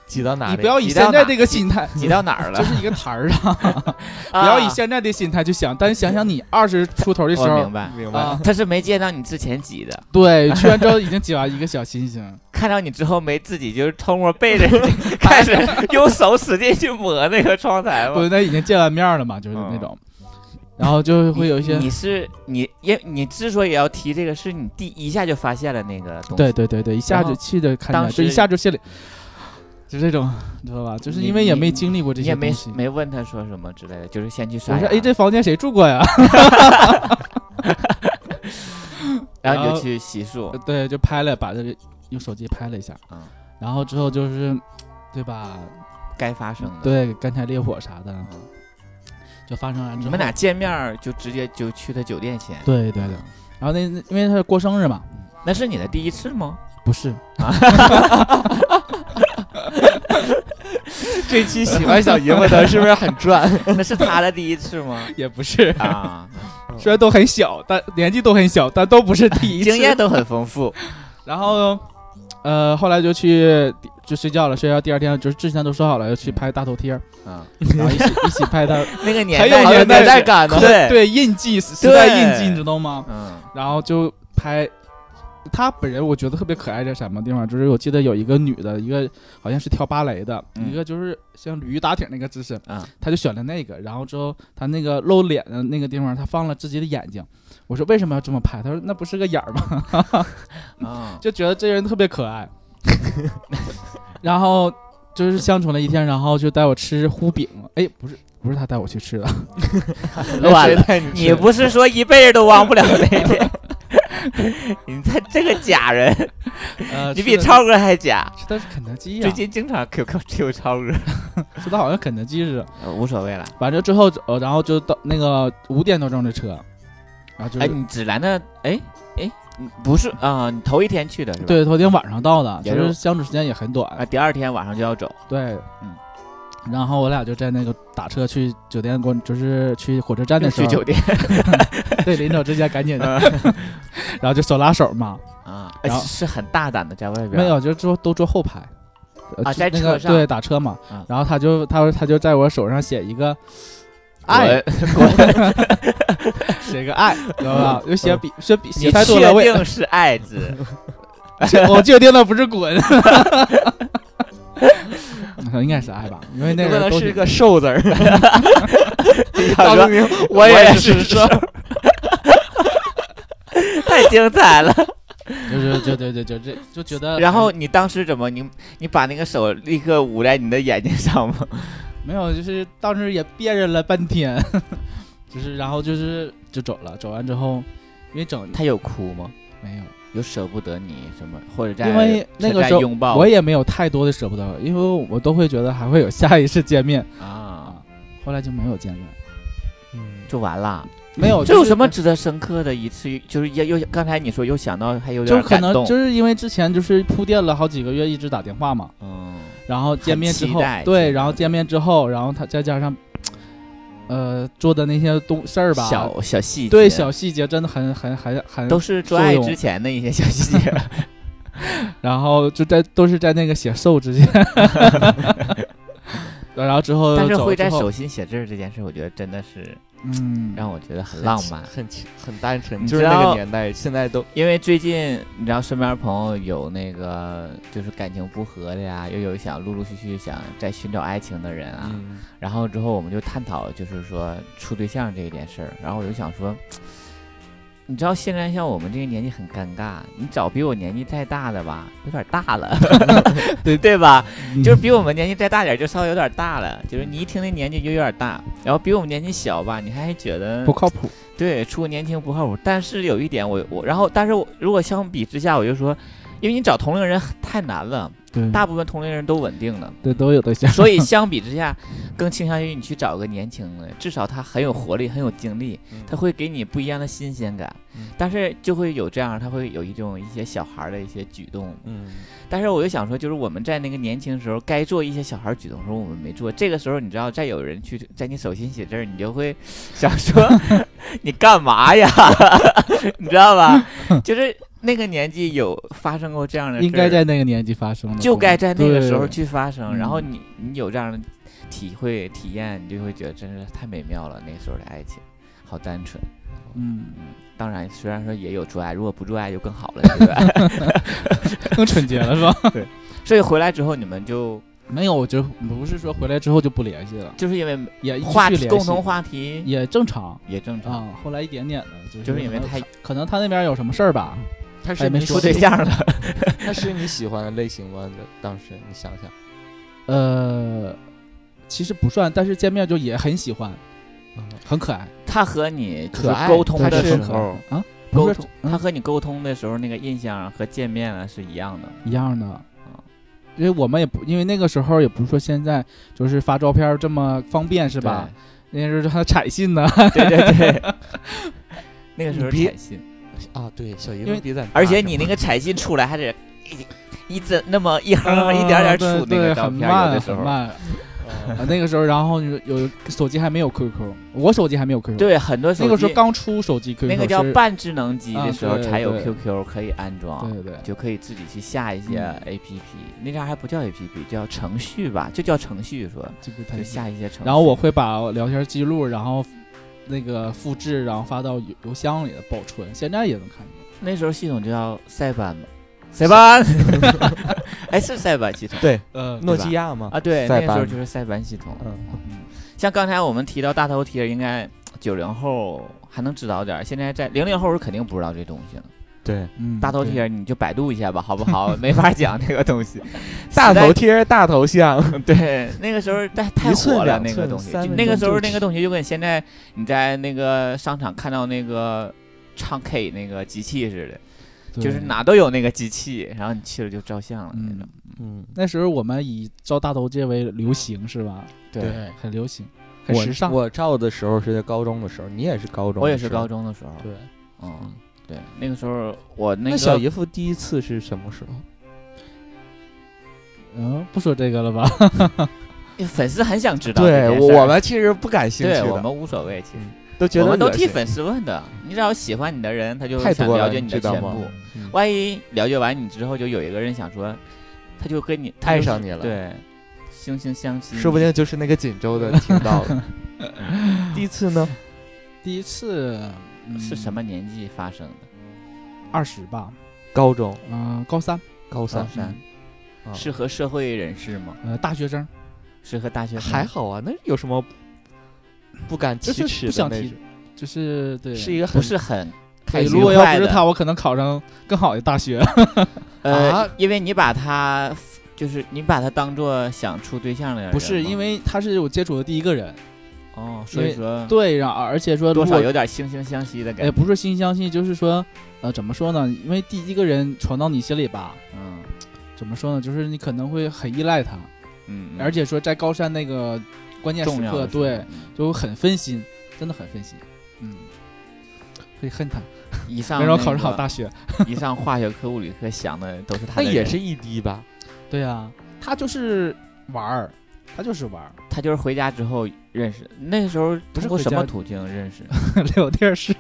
Speaker 1: 挤到哪里？
Speaker 3: 你不要以
Speaker 2: 挤到
Speaker 3: 现在
Speaker 2: 哪
Speaker 3: 这个心态，
Speaker 2: 挤到哪儿了
Speaker 3: 就？是一个台儿上，
Speaker 2: 不
Speaker 3: 不要以现在的心态去想，但是想想你二十出头的 时
Speaker 2: 我
Speaker 3: 候
Speaker 2: 明，白，
Speaker 1: 明白。
Speaker 3: 啊，
Speaker 2: 他是没见到你之前挤的，
Speaker 3: 对，去完之后已经挤完一个小心形，
Speaker 2: 看到你之后没自己就是偷摸背着你，开始用手使劲去抹那个窗台
Speaker 3: 不
Speaker 2: 吗？，
Speaker 3: 那已经见完面了嘛，就是那种，然后就会有一些
Speaker 2: 嗯你，你是你，因你之所以要提这个，是你第一下就发现了那个东西。
Speaker 3: 对，对对对，一下
Speaker 2: 然后
Speaker 3: 就气的看
Speaker 2: 当
Speaker 3: 见，就一
Speaker 2: 时
Speaker 3: 下就心里，就这种，你知道吧？就是
Speaker 2: 你
Speaker 3: 因为也
Speaker 2: 你
Speaker 3: 没经历过这
Speaker 2: 你
Speaker 3: 些
Speaker 2: 也没
Speaker 3: 东西。
Speaker 2: 没啊问他说什么之类的，就是先去
Speaker 3: 我
Speaker 2: 刷牙，
Speaker 3: 说，哎，这房间谁住过呀？
Speaker 2: 然
Speaker 3: 哦
Speaker 2: 后你就去洗漱，
Speaker 3: 对，就拍了，把这个用手机拍了一下
Speaker 2: 嗯，
Speaker 3: 然后之后就是，对吧？
Speaker 2: 该发生的。，
Speaker 3: 对，干柴烈火啥的就发生了。
Speaker 2: 嗯你们俩？见面儿就直接就去他酒店先。
Speaker 3: 对对对。然后那那因为他是过生日嘛，
Speaker 2: 那是你的第一次 吗？
Speaker 3: 不是，
Speaker 1: 这期喜欢小爷们的是不是很赚？
Speaker 2: 那是他的第一次吗？
Speaker 3: 也 不是，
Speaker 2: 啊，
Speaker 3: 虽
Speaker 1: 嗯
Speaker 3: 然都很小，但年纪都很小，但都不是第一次。
Speaker 2: 经验都很丰富。
Speaker 3: 然后，呃，后来就去就睡觉了，睡觉第二天就是之前都说好了要去拍大头贴儿，
Speaker 2: 啊，
Speaker 3: 然后一起一起 拍他，
Speaker 2: 那个年
Speaker 3: 很有
Speaker 2: 代
Speaker 1: 好有
Speaker 3: 年代
Speaker 1: 年代
Speaker 3: 感
Speaker 1: 感呢。
Speaker 2: 啊对，
Speaker 3: 对印记时代印记，你知道吗？
Speaker 2: 嗯，
Speaker 3: 然后就拍他本人，我觉得特别可爱在什么地方，就是我记得有一个女的，一个好像是跳芭蕾的，
Speaker 2: 嗯
Speaker 3: 一个就是像鲤鱼打挺那个姿势，
Speaker 2: 嗯
Speaker 3: 他就选了那个，然后之后他那个露脸的那个地方，他放了自己的眼睛。我说为什么要这么拍？他说那不是个眼儿吗？
Speaker 2: 啊，
Speaker 3: 就觉得这人特别可爱。 然后就是相处了一天，然后就带我吃糊饼，哎，不是不是他带我去吃的，
Speaker 2: 乱
Speaker 1: 谁
Speaker 2: 了。
Speaker 1: 带你
Speaker 2: 你
Speaker 1: 去？
Speaker 2: 不是说一辈子都忘不了那 天？你他这个假人，
Speaker 3: 呃，
Speaker 2: 你比
Speaker 3: 超
Speaker 2: 超哥还假。
Speaker 3: 吃的是肯德基呀、
Speaker 2: 最近经常 QQ 只有超哥，
Speaker 3: 吃的好像肯德基似的。
Speaker 2: 呃无所谓了。
Speaker 3: 完了之后，呃，然后就到那个五点多钟的车，然后就是、
Speaker 2: 哎，你只来的哎哎，你不是啊？你头一天去的是吧？
Speaker 3: 对头天晚上到的，其
Speaker 2: 也就
Speaker 3: 实相处时间也很短。
Speaker 2: 啊，第二天晚上就要走。
Speaker 3: 对，
Speaker 2: 嗯。
Speaker 3: 然后我俩就在那个打车去酒店过，就是去火车站的时
Speaker 2: 去
Speaker 3: 候，
Speaker 2: 酒店
Speaker 3: 对临走之前 赶紧的， 然后就手拉手嘛，
Speaker 2: 啊，哎
Speaker 3: 然后
Speaker 2: 是很大胆的在外边。
Speaker 3: 没有就坐都坐后排，呃
Speaker 2: 啊
Speaker 3: 就
Speaker 2: 在
Speaker 3: 那个
Speaker 2: 车上
Speaker 3: 对打车嘛
Speaker 2: 嗯，
Speaker 3: 然后他就他他就在我手上写一个爱，
Speaker 2: 滚，滚，
Speaker 3: 写个爱，知道吧？就写笔写笔
Speaker 2: 嗯
Speaker 3: 写
Speaker 2: 你
Speaker 3: 太多了，我
Speaker 2: 确
Speaker 3: 也
Speaker 2: 定是爱 字？
Speaker 3: 我确定的不是滚。 应该是爱吧，因为那
Speaker 1: 有
Speaker 3: 个
Speaker 1: 可
Speaker 3: 人
Speaker 1: 能
Speaker 3: 都
Speaker 1: 是一个瘦字儿。
Speaker 2: 大
Speaker 1: 大
Speaker 2: 哥
Speaker 1: 明，
Speaker 2: 我也
Speaker 1: 也
Speaker 2: 是
Speaker 1: 瘦。
Speaker 2: 太精彩了。
Speaker 3: 就是就对对就这就觉得，
Speaker 2: 然后你当时怎么你你把那个手立刻捂在你的眼睛上吗？
Speaker 3: 没有，就是当时也憋着了半天， 就是然后就是就走了，走完之后，因为整
Speaker 2: 他有哭吗？
Speaker 3: 没有，
Speaker 2: 有舍不得你什么，或者在
Speaker 3: 因为那
Speaker 2: 车
Speaker 3: 个
Speaker 2: 站
Speaker 3: 时候
Speaker 2: 拥抱
Speaker 3: 我也没有太多的舍不得，因为我都会觉得还会有下一次见面，
Speaker 2: 啊，
Speaker 3: 后来就没有见面，
Speaker 1: 嗯，
Speaker 2: 就完了。
Speaker 3: 没有，
Speaker 2: 这有什么
Speaker 3: 就
Speaker 2: 值得深刻的一次？就是也又刚才你说又想到还有
Speaker 3: 是？就
Speaker 2: 点
Speaker 3: 可
Speaker 2: 感
Speaker 3: 能
Speaker 2: 动，
Speaker 3: 就是因为之前就是铺垫了好几个月，一直打电话嘛，
Speaker 2: 嗯，
Speaker 3: 然后见面之
Speaker 2: 很期
Speaker 3: 后
Speaker 2: 待，
Speaker 3: 对，然后见面之后，然后他再加上，呃，做的那些东事儿吧，
Speaker 2: 小小细节，
Speaker 3: 对小细节真的很很很很
Speaker 2: 都是做
Speaker 3: 作
Speaker 2: 爱
Speaker 3: 用
Speaker 2: 之前的一些小细 节。
Speaker 3: 然后就在都是在那个写寿 之间，对然后之后
Speaker 2: 但是
Speaker 3: 走
Speaker 2: 会
Speaker 3: 之
Speaker 2: 在
Speaker 3: 后
Speaker 2: 手心写字儿这件事，我觉得真的是
Speaker 3: 嗯，
Speaker 2: 让我觉得很浪漫。
Speaker 1: 很清很单纯，
Speaker 2: 你
Speaker 1: 就是
Speaker 2: 知
Speaker 1: 那
Speaker 2: 道
Speaker 1: 个年代，现在都
Speaker 2: 因为最近你知道身边朋友有那个就是感情不和的呀，又有想陆陆续续想在寻找爱情的人啊，
Speaker 1: 嗯
Speaker 2: 然后之后我们就探讨就是说处对象这一件事儿，然后我就想说，你知道现在像我们这个年纪很尴尬，你找比我年纪再大的吧，有点大了， 对对吧？就是比我们年纪再大点儿就稍微有点大了，就是你一听那年纪就有点大，然后比我们年纪小吧，你还觉得
Speaker 3: 不靠谱，
Speaker 2: 对，出国年轻不靠谱。但是有一点我，我然后，但是我如果相比之下，我就说，因为你找同龄人太难了，
Speaker 3: 对
Speaker 2: 大部分同龄人都稳定了，
Speaker 3: 对都有对 象，
Speaker 2: 所以相比之下，更倾向于你去找个年轻的，至少他很有活力，很有精力，
Speaker 1: 嗯
Speaker 2: 他会给你不一样的新鲜感
Speaker 1: 嗯。
Speaker 2: 但是就会有这样，他会有一种一些小孩儿的一些举动。
Speaker 1: 嗯
Speaker 2: 但是我就想说，就是我们在那个年轻时候该做一些小孩儿举动的时候，我们没做。这个时候，你知道，再有人去在你手心写字儿，你就会想说， 你干嘛呀？ 你知道 吧？就是那个年纪有发生过这样的事儿，
Speaker 3: 应该在那个年纪发生的，
Speaker 2: 就该在那个时候
Speaker 3: 嗯对
Speaker 2: 去发生。
Speaker 3: 嗯
Speaker 2: 然后你你有这样的体会体验，你就会觉得真是太美妙了。那时候的爱情，好单纯。
Speaker 3: 嗯，
Speaker 2: 嗯，当然，虽然说也有做爱，如果不做爱就更好了，对吧？
Speaker 3: 更纯洁了是吧？
Speaker 2: 所以回来之后，你们就
Speaker 3: 没有，我就不是说回来之后就不联系了，
Speaker 2: 就是因为
Speaker 3: 也继续
Speaker 2: 话题
Speaker 3: 联系
Speaker 2: 共同话题
Speaker 3: 也正常
Speaker 2: 也正常。
Speaker 3: 啊。后来一点点的，就是
Speaker 2: 就是因为
Speaker 3: 可能
Speaker 2: 太
Speaker 3: 可能他那边有什么事儿吧，
Speaker 1: 他
Speaker 3: 哎
Speaker 1: 是
Speaker 3: 没
Speaker 1: 你
Speaker 3: 说
Speaker 2: 处
Speaker 1: 说
Speaker 2: 对象了，
Speaker 1: 他是你喜欢的类型吗？当时你想想，
Speaker 3: 呃，其实不算，但是见面就也很喜欢，
Speaker 2: 嗯
Speaker 3: 很可爱，
Speaker 2: 他和你就是
Speaker 1: 可爱
Speaker 2: 沟通
Speaker 1: 他
Speaker 2: 的
Speaker 1: 是
Speaker 2: 时
Speaker 3: 很
Speaker 1: 很
Speaker 3: 可
Speaker 2: 候，
Speaker 3: 爱啊，不
Speaker 2: 沟
Speaker 3: 是
Speaker 2: 通
Speaker 3: 嗯
Speaker 2: 他和你沟通的时候那个印象和见面了是一样的。
Speaker 3: 一样的，
Speaker 2: 嗯
Speaker 3: 因为我们也不因为那个时候也不是说现在就是发照片这么方便是吧？那时候 还彩信呢，
Speaker 2: 对对对 对，那个时候
Speaker 1: 你别
Speaker 2: 彩信，
Speaker 1: 啊，对，小姨
Speaker 3: 因为
Speaker 1: 夫比咱大
Speaker 2: 而且你那个彩信出来还得一一阵那么一横横一点点
Speaker 3: 啊对
Speaker 2: 出那个
Speaker 3: 对
Speaker 2: 照
Speaker 3: 很
Speaker 2: 片，有
Speaker 3: 慢
Speaker 2: 的时
Speaker 3: 很
Speaker 2: 候哦
Speaker 3: 慢。
Speaker 1: 是
Speaker 3: 啊那个时候，然后有有手机还没有 QQ，我手机还没有 QQ，，
Speaker 2: 对很多手
Speaker 3: 那
Speaker 2: 机
Speaker 3: 个时候刚出手机 QQ，
Speaker 2: 那个叫
Speaker 3: 是
Speaker 2: 半智能机的时候
Speaker 3: 啊对
Speaker 2: 才有
Speaker 3: 对
Speaker 2: QQ 可以安装。
Speaker 3: 对对
Speaker 2: 就可以自己去下一些
Speaker 3: 嗯
Speaker 2: APP，、那阵儿还不叫 APP，叫程序吧，就叫程序说，
Speaker 3: 就不太
Speaker 2: 就下一些程序。
Speaker 3: 然后我会把聊天记录，然后那个复制，然后发到邮邮箱里的保存，现在也能看见。
Speaker 2: 那时候系统就叫塞班吧，塞班， 哎是塞班系统
Speaker 1: 对
Speaker 3: 呃
Speaker 1: 诺基亚嘛，
Speaker 2: 啊，对，那
Speaker 1: 塞
Speaker 2: 时候
Speaker 1: 班
Speaker 2: 就是塞班系统。
Speaker 1: 嗯，
Speaker 2: 像刚才我们提到大头贴，应该九零后还能知道点儿，现在在零零后是肯定不知道这东西了。
Speaker 1: 对，
Speaker 3: 嗯，
Speaker 2: 大头
Speaker 3: 对
Speaker 2: 贴儿你就百度一下吧，好不好？没法讲这个 东西。
Speaker 1: 大
Speaker 2: 时代
Speaker 1: 头贴、大头像，
Speaker 2: 对，那个时候太太
Speaker 1: 一寸
Speaker 2: 火了，
Speaker 1: 两
Speaker 2: 那个
Speaker 1: 寸
Speaker 2: 东西，
Speaker 1: 三
Speaker 2: 就
Speaker 1: 分
Speaker 2: 那个
Speaker 1: 钟
Speaker 2: 时候
Speaker 1: 就
Speaker 2: 那
Speaker 1: 起
Speaker 2: 个东西就跟现在你在那个商场看到那个唱 K 那个机器似的，就是
Speaker 3: 对
Speaker 2: 哪都有那个机器，然后你去了就照相了那
Speaker 3: 嗯
Speaker 2: 种。，
Speaker 1: 嗯，
Speaker 3: 那时候我们以照大头贴为流行是吧？
Speaker 1: 对
Speaker 3: 很流行，很
Speaker 1: 我
Speaker 3: 时尚。
Speaker 1: 我照的时候是在高中的时候，你也是高中，
Speaker 2: 我也是高。中的时候，
Speaker 1: 对，
Speaker 2: 嗯，对，那个时候我那
Speaker 1: 那
Speaker 2: 个
Speaker 1: 小姨夫第一次是什么时候？
Speaker 3: 嗯，不说这个 了吧？
Speaker 2: 粉丝很想知道这
Speaker 1: 对
Speaker 2: 件事儿，
Speaker 1: 我我们其实不感兴趣
Speaker 2: 对我
Speaker 1: 的，
Speaker 2: 们无所谓，其实。
Speaker 1: 都觉得
Speaker 2: 我们都
Speaker 1: 恶
Speaker 2: 替
Speaker 1: 心
Speaker 2: 粉丝问的，你只要喜欢你的人，他就
Speaker 1: 太
Speaker 2: 想
Speaker 1: 多
Speaker 2: 了
Speaker 1: 了，
Speaker 2: 解你
Speaker 1: 知
Speaker 2: 的
Speaker 1: 道
Speaker 2: 全
Speaker 1: 吗
Speaker 2: 部。？
Speaker 1: 嗯
Speaker 2: 万一了解完你之后，就有一个人想说，他就跟你他
Speaker 1: 爱
Speaker 2: 就是
Speaker 1: 上你了
Speaker 2: 对，惺惺相惜，
Speaker 1: 说不定就是那个锦州的听到 了。第一次呢？
Speaker 3: 第一次、嗯、
Speaker 2: 是什？么年纪发生的？
Speaker 3: 二十吧，
Speaker 1: 高中、
Speaker 3: 嗯、高三，
Speaker 1: 高
Speaker 2: 高
Speaker 1: 三
Speaker 2: 三
Speaker 1: 啊
Speaker 2: 适合嗯社会人士吗？
Speaker 3: 呃，大学生，
Speaker 2: 适合大学生
Speaker 1: 还好啊，那有什么不敢
Speaker 3: 就
Speaker 1: 启
Speaker 3: 是
Speaker 1: 齿的
Speaker 3: 不想
Speaker 1: 那
Speaker 3: 提
Speaker 1: 种？哎
Speaker 3: 就是对。
Speaker 1: 是一个
Speaker 2: 不
Speaker 1: 很
Speaker 2: 是很开
Speaker 3: 对，
Speaker 2: 心
Speaker 3: 如果要
Speaker 2: 快
Speaker 3: 不是
Speaker 2: 的
Speaker 3: 他，我可能考上更好的大学。
Speaker 2: 呃
Speaker 1: 啊，
Speaker 2: 因为你把他就是你把他当做想处对象的人吗，
Speaker 3: 不是，因为他是我接触的第一个人，
Speaker 2: 哦，所
Speaker 3: 因
Speaker 2: 以
Speaker 3: 为
Speaker 2: 说
Speaker 3: 对，然后而且说如
Speaker 2: 多
Speaker 3: 果
Speaker 2: 少有点惺惺相惜的感
Speaker 3: 也
Speaker 2: 觉，
Speaker 3: 不是惺惺相惜，就是说，呃，怎么说呢？因为第一个人传到你心里吧，
Speaker 2: 嗯
Speaker 3: 怎么说呢？就是你可能会很依赖他，
Speaker 2: 嗯，
Speaker 3: 而且说在高三那个关键时
Speaker 2: 重要
Speaker 3: 刻，
Speaker 2: 的时
Speaker 3: 对
Speaker 2: 候，，嗯
Speaker 3: 就很分心，真的很分心，嗯，会恨他，
Speaker 2: 以上
Speaker 3: 没让我
Speaker 2: 那
Speaker 3: 考上好
Speaker 2: 个
Speaker 3: 大学。
Speaker 2: 以上化学课、物理课想的都是他
Speaker 1: 那
Speaker 2: 的人，
Speaker 1: 也是一滴吧？
Speaker 3: 对啊，他就是玩儿，他就是玩儿，
Speaker 2: 他就是回家之后认识，那个时候
Speaker 3: 不是
Speaker 2: 通过
Speaker 3: 回
Speaker 2: 什么
Speaker 3: 家
Speaker 2: 途径认 识？
Speaker 3: 聊 天室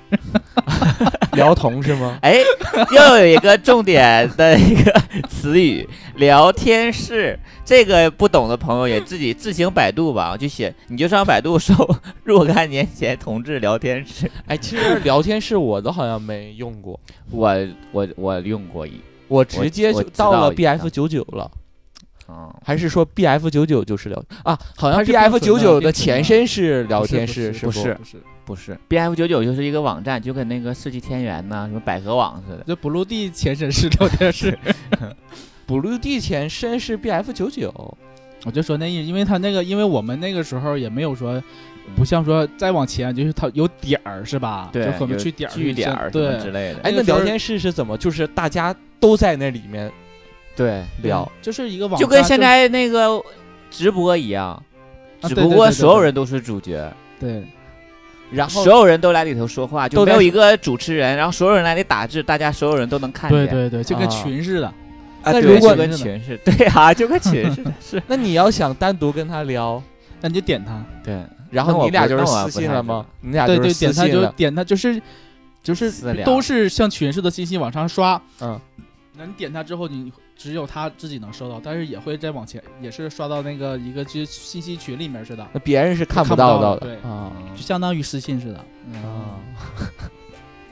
Speaker 1: 聊同是吗？
Speaker 2: 哎，又有一个重点的一个词语，聊天室。这个不懂的朋友也自己自行百度吧，就写你就上百度搜“若干年前同志聊天室
Speaker 1: 哎，其实聊天室我都好像没用过，”
Speaker 2: 我。我我用过一，
Speaker 1: 我直接
Speaker 2: 我
Speaker 1: 就
Speaker 2: 知道
Speaker 1: 到了
Speaker 2: 一下
Speaker 1: BF 九九了。
Speaker 2: 嗯，
Speaker 1: 还是说 B F 九九就是聊啊？好像
Speaker 3: 它是
Speaker 1: B
Speaker 3: 标
Speaker 1: F
Speaker 3: 准
Speaker 1: 九
Speaker 3: 的
Speaker 1: 九
Speaker 3: 标
Speaker 1: 的
Speaker 3: 准
Speaker 1: 前
Speaker 3: 的
Speaker 1: 身是聊
Speaker 3: 不是
Speaker 1: 天
Speaker 3: 不
Speaker 1: 室，不
Speaker 3: 是
Speaker 2: 不是
Speaker 3: 不是，
Speaker 2: 不是，B F 九九就是一个网站，就跟那个世纪天元呐、什么百合网似的。
Speaker 3: 这 blue 地前身是聊 天室。
Speaker 1: ？Blue 地前身是 B F 九九，
Speaker 3: 我就说那意思，因为他那个，因为我们那个时候也没有说，不像说再往前，就是他有点儿是吧？
Speaker 2: 对，
Speaker 3: 就可能
Speaker 2: 有
Speaker 3: 去点儿
Speaker 2: 据点儿什么之
Speaker 3: 对
Speaker 2: 类的。
Speaker 1: 哎，
Speaker 3: 那
Speaker 1: 那
Speaker 3: 个时
Speaker 1: 聊
Speaker 3: 候
Speaker 1: 天室是怎么？就是大家都在那里面
Speaker 2: 对，
Speaker 1: 聊，
Speaker 3: 就是一个网站，
Speaker 2: 就跟现在那个直播一样，
Speaker 3: 啊
Speaker 2: 只
Speaker 3: 对
Speaker 2: 不
Speaker 3: 对
Speaker 2: 过
Speaker 3: 对对
Speaker 2: 所有
Speaker 3: 对
Speaker 2: 人都是主角，
Speaker 3: 对
Speaker 1: 然后
Speaker 2: 所有人都来里头说话，就
Speaker 1: 都
Speaker 2: 没
Speaker 1: 在
Speaker 2: 有一个主持人，然后所有人来里打字，大家所有人都能看见。
Speaker 3: 对对对，就
Speaker 2: 啊
Speaker 3: 跟群似的，
Speaker 1: 那
Speaker 2: 对
Speaker 1: 如果
Speaker 2: 就跟群似的，对啊，就跟群似的， 是。
Speaker 1: 那你要想单独跟他聊，
Speaker 3: 那你就点他，
Speaker 2: 对，
Speaker 1: 然
Speaker 2: 那
Speaker 1: 后
Speaker 2: 我
Speaker 1: 你俩
Speaker 2: 不
Speaker 1: 就是
Speaker 2: 那我
Speaker 1: 私
Speaker 2: 不
Speaker 1: 信
Speaker 2: 太
Speaker 1: 了
Speaker 2: 知
Speaker 1: 吗
Speaker 2: 道？
Speaker 1: 你俩
Speaker 3: 对
Speaker 1: 就是
Speaker 3: 对，点
Speaker 1: 私
Speaker 3: 他
Speaker 1: 信
Speaker 3: 就
Speaker 1: 了，
Speaker 3: 点他，就是就是
Speaker 2: 私聊
Speaker 3: 都是像群似的信息往上刷，
Speaker 1: 嗯，
Speaker 3: 那你点他之后，你只有他自己能收到，但是也会再往前，也是刷到那个一个就信息群里面似的，
Speaker 1: 那别人是看
Speaker 3: 看不
Speaker 1: 到
Speaker 3: 到
Speaker 1: 的
Speaker 3: 对
Speaker 1: 啊
Speaker 3: 就相当于私信似的，
Speaker 1: 啊
Speaker 2: 嗯，！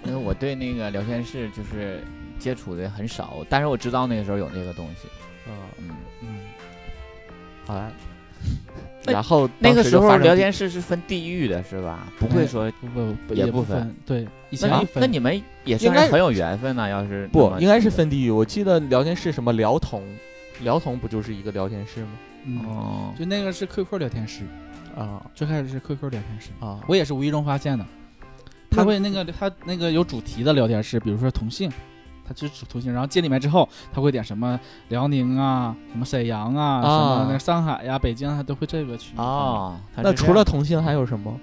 Speaker 2: 因为我对那个聊天室就是接触的很少，但是我知道那个时候有这个东西，
Speaker 1: 嗯
Speaker 2: 嗯。
Speaker 3: 嗯，
Speaker 1: 好了。
Speaker 2: 那
Speaker 1: 然后
Speaker 2: 哎那
Speaker 1: 当
Speaker 2: 个
Speaker 1: 时
Speaker 2: 时
Speaker 1: 就
Speaker 2: 候
Speaker 1: 发生
Speaker 2: 聊
Speaker 1: 地
Speaker 2: 天室是分地域的，是吧？不会
Speaker 3: 哎
Speaker 2: 说，
Speaker 3: 不不不
Speaker 2: 也不
Speaker 3: 不
Speaker 2: 分
Speaker 3: 分，对，以前
Speaker 2: 那
Speaker 3: 一分
Speaker 2: 那你们也
Speaker 1: 应
Speaker 2: 算
Speaker 1: 该
Speaker 2: 是很有缘分呐。要是那
Speaker 1: 不
Speaker 2: 么
Speaker 1: 应该是分地域。我记得聊天室什么聊同，聊同不就是一个聊天室吗？
Speaker 3: 嗯。
Speaker 2: 哦，
Speaker 3: 就那个是 QQ 聊天室，
Speaker 1: 啊
Speaker 3: 最开始是 QQ 聊天室，
Speaker 1: 啊！
Speaker 3: 我也是无意中发现的。他
Speaker 1: 那
Speaker 3: 会那个他那个有主题的聊天室，比如说同性，他就是同性，然后进里面之后，他会点什么辽宁啊，什么沈阳啊，
Speaker 1: 啊
Speaker 3: 什么那个上海呀、北京啊，他都会这个区。
Speaker 2: 哦，它
Speaker 1: 那
Speaker 2: 是这
Speaker 1: 除
Speaker 2: 样
Speaker 1: 了同性还有什么？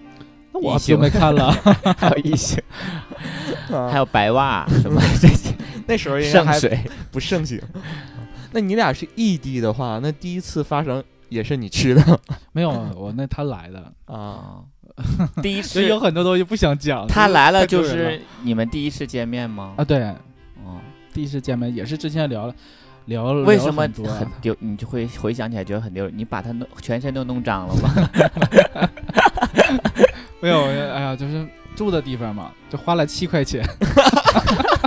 Speaker 3: 那我
Speaker 2: 异
Speaker 3: 就
Speaker 2: 性
Speaker 3: 没看了。
Speaker 2: 还有异性， 还
Speaker 1: 还
Speaker 2: 有白袜什么这些
Speaker 1: 那时候应该
Speaker 2: 圣
Speaker 1: 还
Speaker 2: 水，
Speaker 1: 不盛行。 那你俩是异地的话，那第一次发生也是你去的
Speaker 3: 没有，我那他来的，
Speaker 1: 啊？
Speaker 2: 啊，第一
Speaker 3: 哦所以有
Speaker 2: 次
Speaker 3: 很多东西不想讲。
Speaker 2: 他来了
Speaker 3: 太丢
Speaker 2: 就
Speaker 3: 人
Speaker 2: 是你们第一次见面吗？
Speaker 3: 啊，对，
Speaker 2: 哦，
Speaker 3: 第一次见面也是之前聊了聊了
Speaker 2: 为什么
Speaker 3: 很多啊
Speaker 2: 很丢？你就会回想起来觉得很丢人，你把他弄全身都弄脏了吧？
Speaker 3: 没有，哎呀，就是住的地方嘛，就花了七块钱，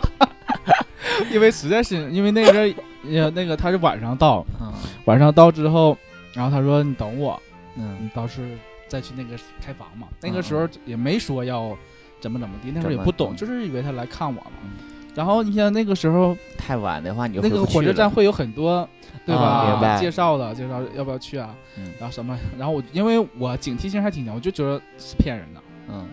Speaker 3: 因为实在是因为那边呃那个他是晚上到，
Speaker 2: 嗯
Speaker 3: 晚上到之后，然后他说你等我，
Speaker 2: 嗯
Speaker 3: 你到时再去那个开房嘛。那个时候也没说要怎么怎么地，那时候也不懂，就是以为他来看我嘛。
Speaker 2: 嗯
Speaker 3: 然后你想那个时候，
Speaker 2: 太晚的话你就回
Speaker 3: 那个
Speaker 2: 不去
Speaker 3: 火车站
Speaker 2: 了
Speaker 3: 会有很多，对吧？
Speaker 1: 啊明白
Speaker 3: 介绍的介绍要不要去啊？
Speaker 2: 嗯
Speaker 3: 然后什么？然后我因为我警惕性还挺强，我就觉得是骗人的。
Speaker 2: 嗯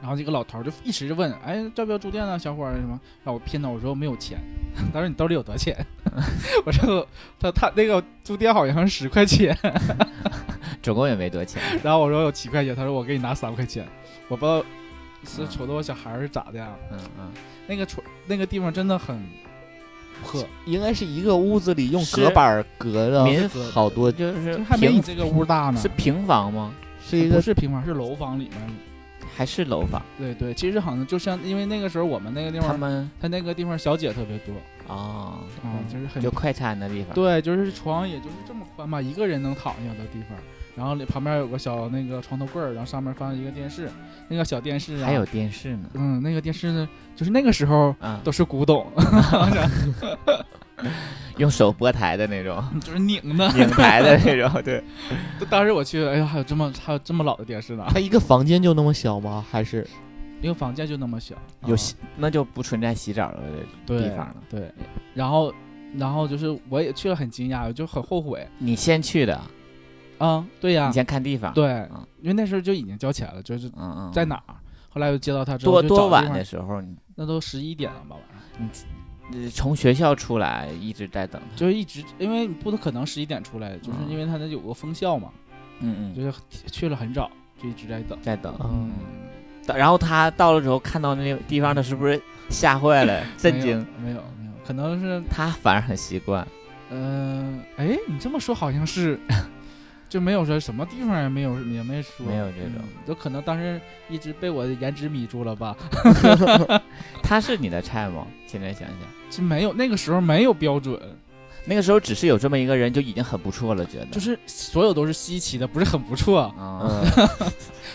Speaker 3: 然后这个老头儿就一直问，哎，要不要住店啊，小伙儿什么？让我骗到，我说没有钱。 他说你兜里有多少钱？ 我说他他那个住店好像是十块钱，
Speaker 2: 总共也没多钱，
Speaker 3: 然后我说有七块钱，他说我给你拿三块钱，我不知道是瞅着我小孩儿是咋的呀？
Speaker 2: 嗯嗯，
Speaker 3: 那个床那个地方真的很破，
Speaker 1: 应该是一个屋子里用
Speaker 2: 是
Speaker 1: 隔板儿隔了
Speaker 2: 民
Speaker 1: 好多，
Speaker 2: 就是
Speaker 3: 就还没你
Speaker 2: 平
Speaker 3: 这个屋大呢
Speaker 2: 是。平房吗？
Speaker 1: 是一
Speaker 3: 不
Speaker 1: 个
Speaker 3: 是平房，是楼房里面。
Speaker 2: 还是楼房？
Speaker 3: 对对，其实好像就像，因为那个时候我们那个地
Speaker 2: 他
Speaker 3: 方，
Speaker 2: 们
Speaker 3: 他那个地方小姐特别多
Speaker 2: 哦，
Speaker 3: 啊，就是很
Speaker 2: 就快餐的地方，
Speaker 3: 对，就是床也就是这么宽吧，一个人能躺下的地方。然后里旁边有个小那个床头柜儿，然后上面放一个电视，那个小电视、啊、
Speaker 2: 还有电视呢，
Speaker 3: 嗯，那个电视呢，就是那个时候
Speaker 2: 啊，
Speaker 3: 都是古董，
Speaker 2: 用手拨台的那种，
Speaker 3: 就是拧的。
Speaker 2: 拧台的那种， 对，
Speaker 3: 当时我去，哎呀，还有这么还有这么老的电视呢，
Speaker 1: 它一个房间就那么小吗？还是
Speaker 3: 一个房间就那么小，
Speaker 2: 有
Speaker 3: 啊
Speaker 2: 洗那就不存在洗澡的地方了。
Speaker 3: 对，然后然后就是我也去了，很惊讶，我就很后悔
Speaker 2: 你先去的，
Speaker 3: 啊、对呀、
Speaker 2: 你啊先看地方，，
Speaker 3: 对，因为那时候就已经交钱了，就是
Speaker 2: 嗯嗯，
Speaker 3: 在哪儿。后来又接到他之后，
Speaker 2: 多
Speaker 3: 就找
Speaker 2: 多
Speaker 3: 地
Speaker 2: 晚
Speaker 3: 方
Speaker 2: 的时候，你
Speaker 3: 那都十一点了吧，晚上
Speaker 2: 呃从学校出来一直在等他，
Speaker 3: 就是一直，因为你不可能十一点出来，就是因为他那有个封校嘛，
Speaker 2: 嗯嗯，
Speaker 3: 就是去了很早，就一直在等。
Speaker 2: 在等。
Speaker 1: 嗯
Speaker 2: 嗯到然后他到了之后，看到那个地方，他是不是吓坏了，震惊？
Speaker 3: 没有没有没有，可能是
Speaker 2: 他反而很习惯，
Speaker 3: 嗯，呃哎，你这么说好像 是，就没有说什么地方也没有也没说，
Speaker 2: 没有这种
Speaker 3: 嗯，有可能当时一直被我的颜值迷住了吧，
Speaker 2: 他是你的菜吗？现在想想，
Speaker 3: 就没有那个时候没有标准，
Speaker 2: 那个时候只是有这么一个人就已经很不错了，觉得
Speaker 3: 就是所有都是稀奇的，不是很不错，
Speaker 2: 啊，
Speaker 1: 嗯，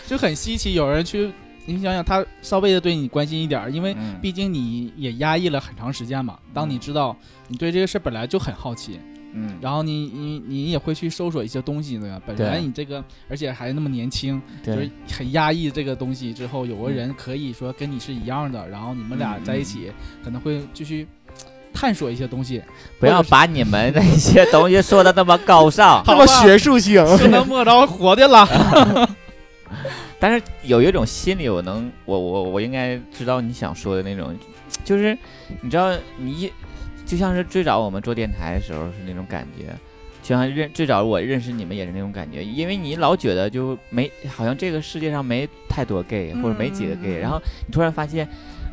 Speaker 3: 就很稀奇，有人去，你想想他稍微的对你关心一点儿，因为
Speaker 2: 嗯
Speaker 3: 毕竟你也压抑了很长时间嘛。当你知道你对这个事儿本来就很好奇，
Speaker 2: 嗯，
Speaker 3: 然后你你你也会去搜索一些东西的。本来
Speaker 2: 对
Speaker 3: 你这个，而且还那么年轻，就
Speaker 2: 对嗯
Speaker 3: 是，很压抑这个东西。之后有个人可以说跟你是一样的，然后你们俩在一起可能会继续探索一些 东西。，
Speaker 2: 不要把你们那些东西说的那么高尚
Speaker 1: 这么学术性，
Speaker 3: 就能摸着活的了。
Speaker 2: 啊但是有一种心理，我能，我我我应该知道你想说的那种，就是你知道你一就像是最早我们做电台的时候是那种感觉，就像认最早我认识你们也是那种感觉，因为你老觉得就没好像这个世界上没太多 gay 或者没几个 gay，、
Speaker 3: 嗯
Speaker 2: 然后你突然发现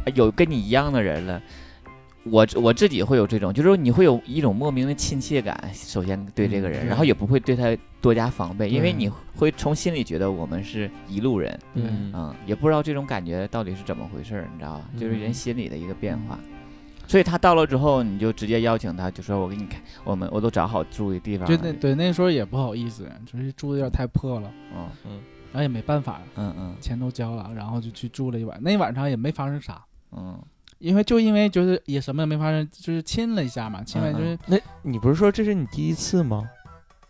Speaker 2: 呃有跟你一样的人了。我我自己会有这种，就是你会有一种莫名的亲切感，首先对这个人，
Speaker 1: 嗯对
Speaker 2: 然后也不会对他多加防备，因为
Speaker 1: 对
Speaker 2: 你会从心里觉得我们是一路人，
Speaker 1: 嗯，
Speaker 2: 嗯，也不知道这种感觉到底是怎么回事儿，你知道吧？就是人
Speaker 1: 嗯
Speaker 2: 心里的一个变化。所以他到了之后，你就直接邀请他，就说我给你看，我们我都找好住的地方
Speaker 3: 就
Speaker 2: 了。
Speaker 3: 那 对那时候也不好意思，就是住的有点太破了，
Speaker 2: 嗯
Speaker 3: 然后也没办法呀，
Speaker 2: 嗯嗯
Speaker 3: 钱都交了，然后就去住了一晚。那一晚上也没发生啥。
Speaker 2: 嗯，
Speaker 3: 因为就因为就是也什么也没发生，就是亲了一下嘛，亲完
Speaker 2: 嗯
Speaker 3: 就是、
Speaker 1: 那你不是说这是你第一次吗？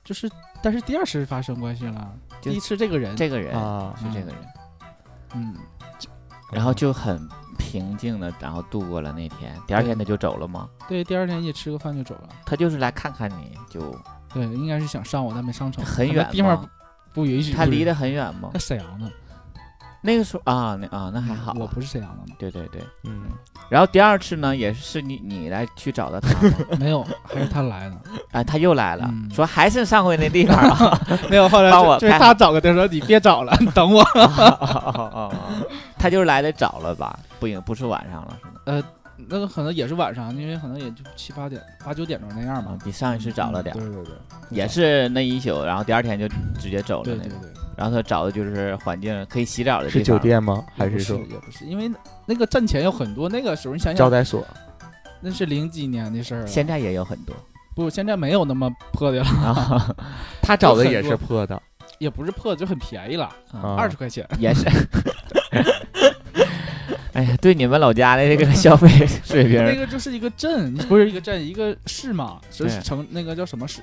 Speaker 3: 就是，但是第二次发生关系了，
Speaker 2: 就
Speaker 3: 第一次这个人，
Speaker 2: 这个人
Speaker 1: 啊，
Speaker 2: 是这个人，
Speaker 3: 嗯，
Speaker 2: 然后就很平静的，然后度过了那天。第二天他就走了吗？
Speaker 3: 对，第二天也吃个饭就走了，
Speaker 2: 他就是来看看你，就
Speaker 3: 对，应该是想上我，但没上成，
Speaker 2: 很
Speaker 3: 可能
Speaker 2: 远
Speaker 3: 地方
Speaker 2: 吗
Speaker 3: 不不允许，
Speaker 2: 他离
Speaker 3: 的
Speaker 2: 得很远吗
Speaker 3: 在？沈阳呢，嗯
Speaker 2: 那个时候啊，那啊那还好啊。
Speaker 3: 我不是沈阳的嘛，
Speaker 2: 对对对。
Speaker 1: 嗯，
Speaker 2: 然后第二次呢，也是你你来去找的他吗？
Speaker 3: 没有，还是他来的，
Speaker 2: 啊，他又来了，
Speaker 3: 嗯
Speaker 2: 说还是上回那地方啊。
Speaker 3: 没有，后来
Speaker 2: 帮我
Speaker 3: 就是
Speaker 2: 拍
Speaker 3: 他找个地儿说你别找了，你 等我，
Speaker 2: 他就是来的早了吧？不应不是晚上了，是吗？
Speaker 3: 那个可能也是晚上，因为可能也就七八点、八九点钟那样吧
Speaker 2: 啊，，比上一次早了点儿，
Speaker 3: 嗯对对对，
Speaker 2: 也是那一宿，然后第二天就直接走了
Speaker 3: 对
Speaker 2: 那
Speaker 3: 对
Speaker 2: 种。
Speaker 3: 对。
Speaker 2: 然后他找的就是环境可以洗澡的地
Speaker 1: 是
Speaker 2: 方，
Speaker 1: 酒店吗？还
Speaker 3: 也
Speaker 1: 是
Speaker 3: 不
Speaker 1: 说
Speaker 3: 也不是，因为那个站前有很多，那个时候你想
Speaker 1: 招
Speaker 3: 想，
Speaker 1: 待所？
Speaker 3: 那是零几年的事儿了，
Speaker 2: 现在也有很 多。
Speaker 3: 不，现在没有那么破的了，
Speaker 2: 啊，
Speaker 1: 他找的也是破的，
Speaker 3: 也不是破，就很便宜了，
Speaker 1: 啊
Speaker 3: 二十块钱。
Speaker 2: 也是。哎呀，对你们老家的这个消费水
Speaker 3: 那
Speaker 2: 平，
Speaker 3: 个就是一个镇，不是一个镇，一个市嘛，是
Speaker 2: 对
Speaker 3: 城那个叫什么市？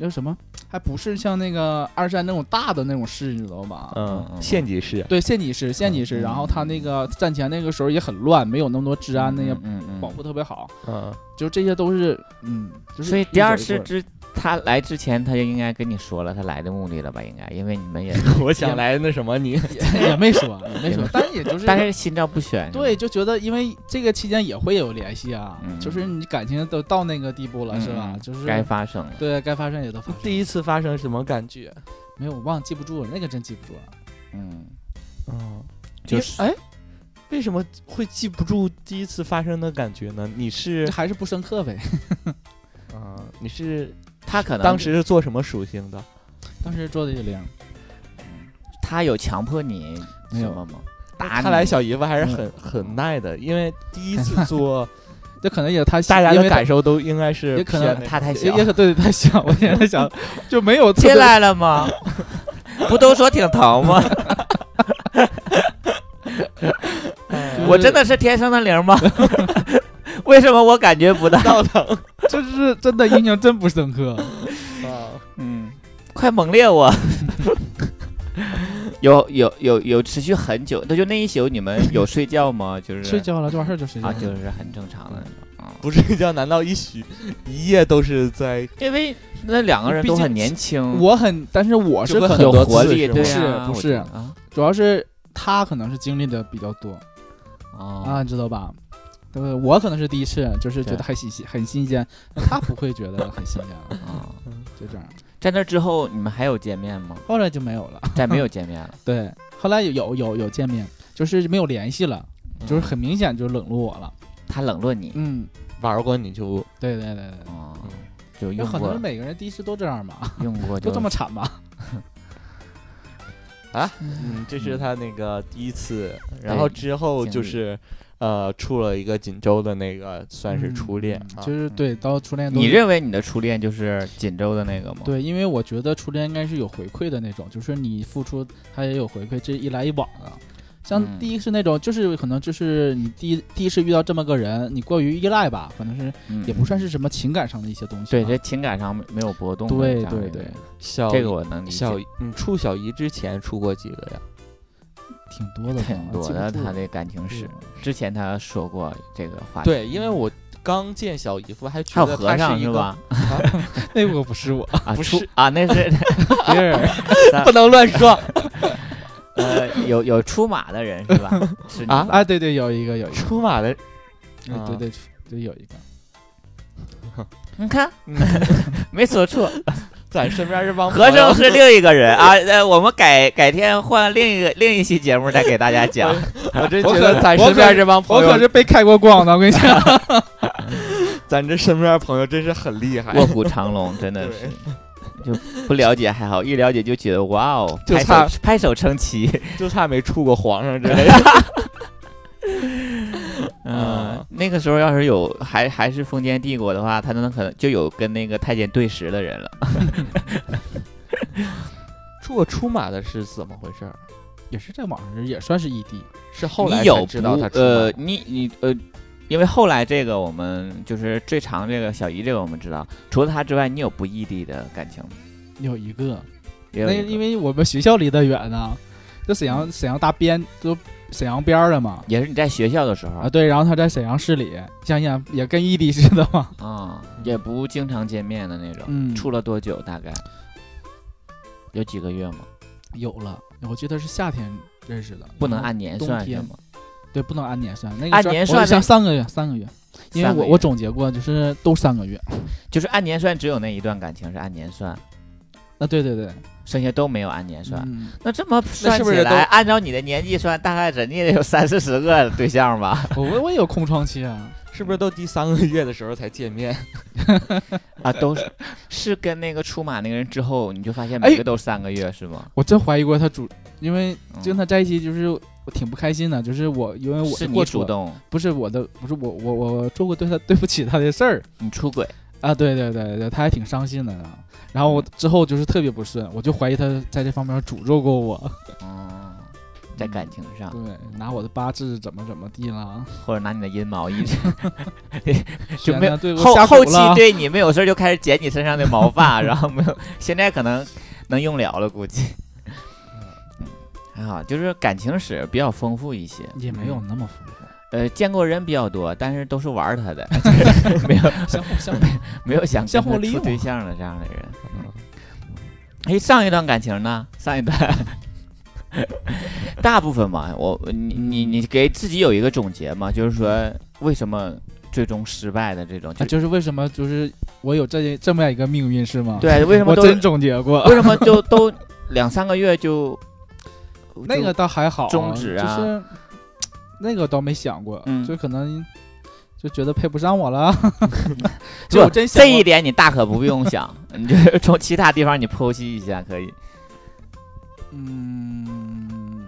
Speaker 3: 那叫什么，还不是像那个二战那种大的那种市，你知道吧？
Speaker 2: 嗯
Speaker 1: 嗯，县级市，
Speaker 3: 对，县级市，县级市。
Speaker 2: 嗯
Speaker 3: 然后他那个战前那个时候也很乱，没有那么多治安那些
Speaker 2: 嗯嗯
Speaker 3: 保护特别好，
Speaker 1: 嗯，
Speaker 3: 就这些都是嗯，就是
Speaker 2: 所以
Speaker 3: 一
Speaker 2: 第
Speaker 3: 手
Speaker 2: 二
Speaker 3: 一
Speaker 2: 次
Speaker 3: 棍儿
Speaker 2: 之他来之前，他就应该跟你说了他来的目的了吧？应该，因为你们 也，
Speaker 1: 我想来那什么你，
Speaker 3: 也 没说，也没说，但也就是
Speaker 2: 但是心照不宣。
Speaker 3: 对，，就觉得因为这个期间也会有联系啊，
Speaker 2: 嗯
Speaker 3: 就是你感情都到那个地步了，是吧？
Speaker 2: 嗯
Speaker 3: 就是
Speaker 2: 该发生了。
Speaker 3: 对该发生也都发生，
Speaker 1: 第一次发生什么感觉？
Speaker 3: 没有我忘了记不住了，那个真记不住了。
Speaker 2: 嗯，
Speaker 1: 嗯，
Speaker 2: 就
Speaker 1: 因
Speaker 2: 是
Speaker 1: 哎，为什么会记不住第一次发生的感觉呢？你是
Speaker 3: 这还是不深刻呗。
Speaker 1: 嗯，你是
Speaker 2: 他可能
Speaker 1: 当时是做什么属性的？
Speaker 3: 当时做的也灵，
Speaker 2: 他有强迫你什么吗？打
Speaker 1: 看来
Speaker 2: 你
Speaker 1: 小姨夫还是
Speaker 2: 嗯
Speaker 1: 很很耐的，因为第一次做，
Speaker 3: 这可能也他
Speaker 1: 大家
Speaker 3: 因
Speaker 1: 的
Speaker 3: 为
Speaker 1: 感受都应该是
Speaker 3: 也可能
Speaker 1: 偏那
Speaker 2: 他太
Speaker 3: 也
Speaker 2: 小，
Speaker 3: 也可对对太小，我现 在想就没有特别
Speaker 2: 进来了吗？ 不都说挺疼吗？
Speaker 1: 个
Speaker 3: 就是
Speaker 2: 我真的是天生的灵吗？ 为什么我感觉不到？
Speaker 1: 闹 腾
Speaker 3: 就是真的印象真不深刻。
Speaker 1: 啊，
Speaker 2: 嗯，快猛烈我！ 有有有有持续很久，那就那一宿你们 有睡觉吗？就是
Speaker 3: 睡觉了就完事儿就睡觉嗯
Speaker 2: 啊，
Speaker 3: 了，
Speaker 2: 就是很正常的那种。
Speaker 1: 不睡觉难道一宿一夜都是在？
Speaker 2: 因为那两个人都很年轻，
Speaker 3: 我很，但是我是
Speaker 1: 就会
Speaker 3: 可
Speaker 1: 很
Speaker 2: 有
Speaker 1: 多
Speaker 2: 活
Speaker 1: 次
Speaker 2: 力，
Speaker 1: 是吗
Speaker 2: 对啊，
Speaker 3: 不
Speaker 2: 我
Speaker 3: 是不是
Speaker 2: 觉得啊
Speaker 3: 主要是他可能是经历的比较多啊，
Speaker 2: 哦
Speaker 3: 你知道吧？对不对？我可能是第一次，就是觉得
Speaker 2: 对
Speaker 3: 很新鲜，很新鲜，那他不会觉得很新鲜了，
Speaker 2: 哦
Speaker 3: 就这样。
Speaker 2: 在那之后你们还有见面吗？
Speaker 3: 后来就没有了，
Speaker 2: 再没有见面了，
Speaker 3: 对，后来有有有有见面，就是没有联系了，就是
Speaker 2: 嗯
Speaker 3: 很明显就冷落我了。
Speaker 2: 他冷落你，
Speaker 3: 嗯，
Speaker 1: 玩过你就
Speaker 3: 对对对对。
Speaker 2: 哦，就
Speaker 3: 嗯有
Speaker 2: 用
Speaker 3: 可能是
Speaker 2: 过
Speaker 3: 每个人第一次都这样吧，
Speaker 2: 用过
Speaker 3: 都
Speaker 2: 就
Speaker 3: 这么惨吧？
Speaker 1: 嗯，这是
Speaker 2: 嗯
Speaker 1: 他那个第一次，然后之后
Speaker 2: 经
Speaker 1: 就
Speaker 2: 历
Speaker 1: 是呃处了一个锦州的那个算是初恋啊，
Speaker 3: 嗯就是对到初恋都
Speaker 2: 你认为你的初恋就是锦州的那个吗？，
Speaker 3: 对，因为我觉得初恋应该是有回馈的那种，就是你付出，他也有回馈，这一来一往的。像
Speaker 2: 嗯
Speaker 3: 第一是那种，就是可能就是你第一第一次遇到这么个人，你过于依赖吧，可能是
Speaker 2: 嗯
Speaker 3: 也不算是什么情感上的一些东西
Speaker 2: 对，
Speaker 3: 吧。
Speaker 2: 这情感上没有波动的。
Speaker 3: 对
Speaker 2: 这样
Speaker 3: 对
Speaker 2: 一个
Speaker 3: 对
Speaker 2: 人
Speaker 1: 小
Speaker 2: 这个我能理解
Speaker 1: 小，你处小姨之前处过几个呀？
Speaker 3: 挺多啊的吧，
Speaker 2: 挺多
Speaker 3: 记不
Speaker 2: 的
Speaker 3: 住
Speaker 2: 他的感情史。之前他说过这个话题，
Speaker 1: 对，因为我刚见小姨夫还
Speaker 2: 啊还
Speaker 1: 觉
Speaker 2: 有
Speaker 1: 得
Speaker 2: 和
Speaker 1: 他
Speaker 2: 尚
Speaker 1: 是一
Speaker 2: 是
Speaker 1: 个
Speaker 2: 吧？
Speaker 3: 那个不是 我，
Speaker 2: 啊，
Speaker 1: 不
Speaker 2: 初
Speaker 1: 是
Speaker 2: 啊，那是
Speaker 3: 别人
Speaker 1: 不能乱说
Speaker 2: 呃有有出马的人是 吧？是你
Speaker 1: 啊
Speaker 2: 吧
Speaker 3: 啊，对对，有一个有一个，
Speaker 1: 出马的，
Speaker 3: 哎对
Speaker 1: 啊
Speaker 3: 对对有一个，
Speaker 2: 你看
Speaker 1: 嗯
Speaker 2: 没说错，
Speaker 1: 咱身边这帮
Speaker 2: 和
Speaker 1: 朋友
Speaker 2: 尚是另一个人啊。呃，我们改改天换另一个另一期节目再给大家 讲。
Speaker 1: 我真
Speaker 3: 我
Speaker 1: 觉
Speaker 3: 可
Speaker 1: 得咱
Speaker 3: 我
Speaker 1: 身
Speaker 3: 可
Speaker 1: 边
Speaker 3: 是
Speaker 1: 这帮朋
Speaker 3: 我可
Speaker 1: 友，
Speaker 3: 是被开过光的，我跟你讲。
Speaker 1: 咱这身边朋友真是很厉害，
Speaker 2: 卧虎藏龙，真的是
Speaker 1: 对。
Speaker 2: 就不了解还好，一了解就觉得哇哦，
Speaker 1: 就
Speaker 2: 拍
Speaker 1: 差
Speaker 2: 手拍手称奇。
Speaker 1: 就差没处过皇上之类 的。
Speaker 2: 嗯
Speaker 1: 啊，
Speaker 2: 那个时候要是有还还是封建帝国的话，他那可能就有跟那个太监对食的人了。
Speaker 1: 处过出马的是怎么回事儿？
Speaker 3: 也是在网上也算是异地，
Speaker 1: 是 后来
Speaker 2: 你有
Speaker 1: 才知道
Speaker 2: 不
Speaker 1: 他出马
Speaker 2: 呃
Speaker 1: 的，
Speaker 2: 你你呃，因为后来这个我们就是最长这个小姨这个我们知道，除了他之外，你有不异地的感情吗？
Speaker 3: 有一个，
Speaker 2: 也有
Speaker 3: 那
Speaker 2: 一个嗯
Speaker 3: 因为我们学校离得远呢，就沈阳沈阳大边都沈阳边儿了嘛。
Speaker 2: 也是你在学校的时候
Speaker 3: 啊，对，然后他在沈阳市里，想想也跟异地似的嘛。
Speaker 2: 啊，也不经常见面的那种。
Speaker 3: 嗯
Speaker 2: 处了多久？大概有几个月吗？
Speaker 3: 嗯有了，我记得是夏天认识的，
Speaker 2: 不能
Speaker 3: 然后
Speaker 2: 按年
Speaker 3: 冬
Speaker 2: 算是
Speaker 3: 天
Speaker 2: 吗？
Speaker 3: 对，不能按年算，那个
Speaker 2: 按
Speaker 3: 时候
Speaker 2: 年
Speaker 3: 我
Speaker 2: 算
Speaker 3: 像
Speaker 2: 那
Speaker 3: 三个月，三个月，因为
Speaker 2: 三个
Speaker 3: 我
Speaker 2: 月
Speaker 3: 我总结过，就是都三个月。
Speaker 2: 就是按年算，只有那一段感情是按年算，
Speaker 3: 啊，对对对，
Speaker 2: 剩下都没有按年算。
Speaker 3: 嗯，
Speaker 2: 那这么算
Speaker 1: 是
Speaker 2: 起
Speaker 1: 不是
Speaker 2: 来，
Speaker 1: 都
Speaker 2: 按照你的年纪算，大概人家也有三四十个对象 吧？
Speaker 3: 我我我也有空窗期啊，
Speaker 1: 是不是都第三个月的时候才见面？
Speaker 2: 啊，都是 是跟那个出马那个人之后，你就发现
Speaker 3: 哎
Speaker 2: 每个都三个月是 吗？
Speaker 3: 我真怀疑过他主，因为
Speaker 2: 嗯
Speaker 3: 跟他在一起就是我挺不开心的，就是我因为我
Speaker 2: 是你
Speaker 3: 过错
Speaker 2: 主，动，
Speaker 3: 不是我的，不是我我我做过对他对不起他的事儿，
Speaker 2: 你出轨，
Speaker 3: 啊，对对对对，他还挺伤心的呢。然
Speaker 2: 嗯
Speaker 3: 后我之后就是特别不顺，我就怀疑他在这方面诅咒过我。
Speaker 2: 嗯，在感情上，
Speaker 3: 对，拿我的八字怎么怎么地 了，
Speaker 2: 或者拿你的阴毛一直
Speaker 3: 就
Speaker 2: 没有
Speaker 3: 对我
Speaker 2: 后
Speaker 3: 下
Speaker 2: 后
Speaker 3: 蛊
Speaker 2: 期
Speaker 3: 了。
Speaker 2: 对你没有事儿就开始剪你身上的毛发， 然后没有，现在可能能用了了，估计。嗯，还好，就是感情史比较丰富一些，
Speaker 3: 也没
Speaker 2: 嗯
Speaker 3: 有那 么复杂，
Speaker 2: 呃，见过人比较多，但是都是玩儿他的， 没有
Speaker 3: 相互相
Speaker 2: 没有想
Speaker 3: 相
Speaker 2: 跟他
Speaker 3: 互利
Speaker 2: 处
Speaker 3: 用
Speaker 2: 对象的这样的人。哎，上一段感情呢？上一段，大部分嘛，我你你你给自己有一个总结嘛，就是说为什么最终失败的这种， 就
Speaker 3: 啊就是为什么就是我有这这么样一个命运是吗？，
Speaker 2: 对，为什么
Speaker 3: 我
Speaker 2: 都
Speaker 3: 真总结 过，
Speaker 2: 为什么就都两三个月 就
Speaker 3: 那个
Speaker 2: 就
Speaker 3: 倒还好啊，
Speaker 2: 终止啊
Speaker 3: 就是那个倒没想过，
Speaker 2: 嗯
Speaker 3: 就可能就觉得配不上我了。 就
Speaker 2: 不
Speaker 3: 我真想
Speaker 2: 嗯这
Speaker 3: 过
Speaker 2: 一点你大可不用想，你 就是从其他地方你剖析一下可以。
Speaker 3: 嗯，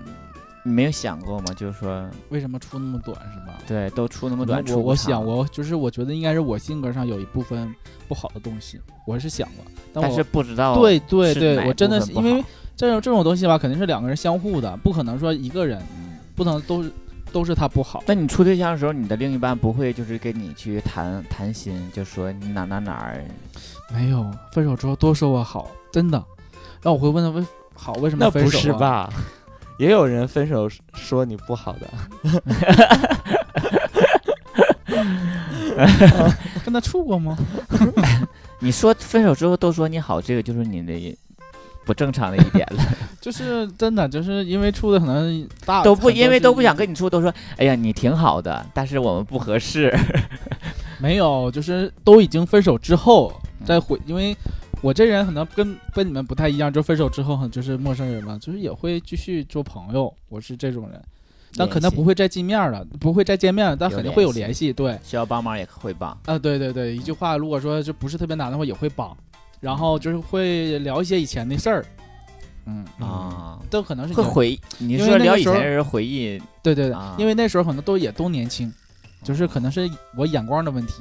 Speaker 2: 你没有想过吗？就是说，
Speaker 3: 为什么出那么短是吧？
Speaker 2: 对，都出那么短，
Speaker 3: 我
Speaker 2: 出
Speaker 3: 我
Speaker 2: 不长
Speaker 3: 想，我就是我觉得应该是我性格上有一部分不好的东西，我是想过，但
Speaker 2: 但
Speaker 3: 我
Speaker 2: 是不知道
Speaker 3: 对对
Speaker 2: 是哪
Speaker 3: 对，我
Speaker 2: 部
Speaker 3: 真的
Speaker 2: 分
Speaker 3: 是
Speaker 2: 不
Speaker 3: 因为
Speaker 2: 好
Speaker 3: 这种这种东西吧，肯定是两个人相互的，不可能说一个人，
Speaker 2: 嗯
Speaker 3: 不能都是都是他不好。
Speaker 2: 那你处对象的时候，你的另一半不会就是跟你去谈谈心，就说你哪哪哪儿，
Speaker 3: 没有分手之后多说我好，真的。然后我会问他为好为什么
Speaker 1: 那
Speaker 3: 分
Speaker 1: 不
Speaker 3: 手、啊？
Speaker 1: 是？吧？ 也有人分手说你不好的，
Speaker 3: 跟他处过吗？
Speaker 2: 你说分手之后都说你好，这个就是你的不正常的一点了，
Speaker 3: 就是真的，就是因为处的可能大
Speaker 2: 都不因为都不想
Speaker 3: 跟。
Speaker 2: 跟你处，都说哎呀你挺好的，但是我们不合 适。
Speaker 3: 没有，就是都已经分手之后
Speaker 2: 嗯
Speaker 3: 再回，因为我这人可能跟跟你们不太一样，就分手之后就是陌生人嘛，就是也会继续做朋友，我是这种人，但可能不会再见面了，不会再见面了，但肯定会有联系。对，
Speaker 2: 需要帮忙也会帮。
Speaker 3: 啊，对对对，一句话，如果说就不是特别难的话，也会帮，然后就是会聊一些以前的事儿，嗯，
Speaker 2: 啊，
Speaker 3: 都可能是
Speaker 2: 会
Speaker 3: 你
Speaker 2: 回，你
Speaker 3: 因
Speaker 2: 说
Speaker 3: 为那
Speaker 2: 聊
Speaker 3: 个
Speaker 2: 以
Speaker 3: 时
Speaker 2: 前
Speaker 3: 候
Speaker 2: 的人回忆，
Speaker 3: 对对对，
Speaker 2: 啊
Speaker 3: 因为那时候可能都也都年轻，就是可能是我眼光的问题，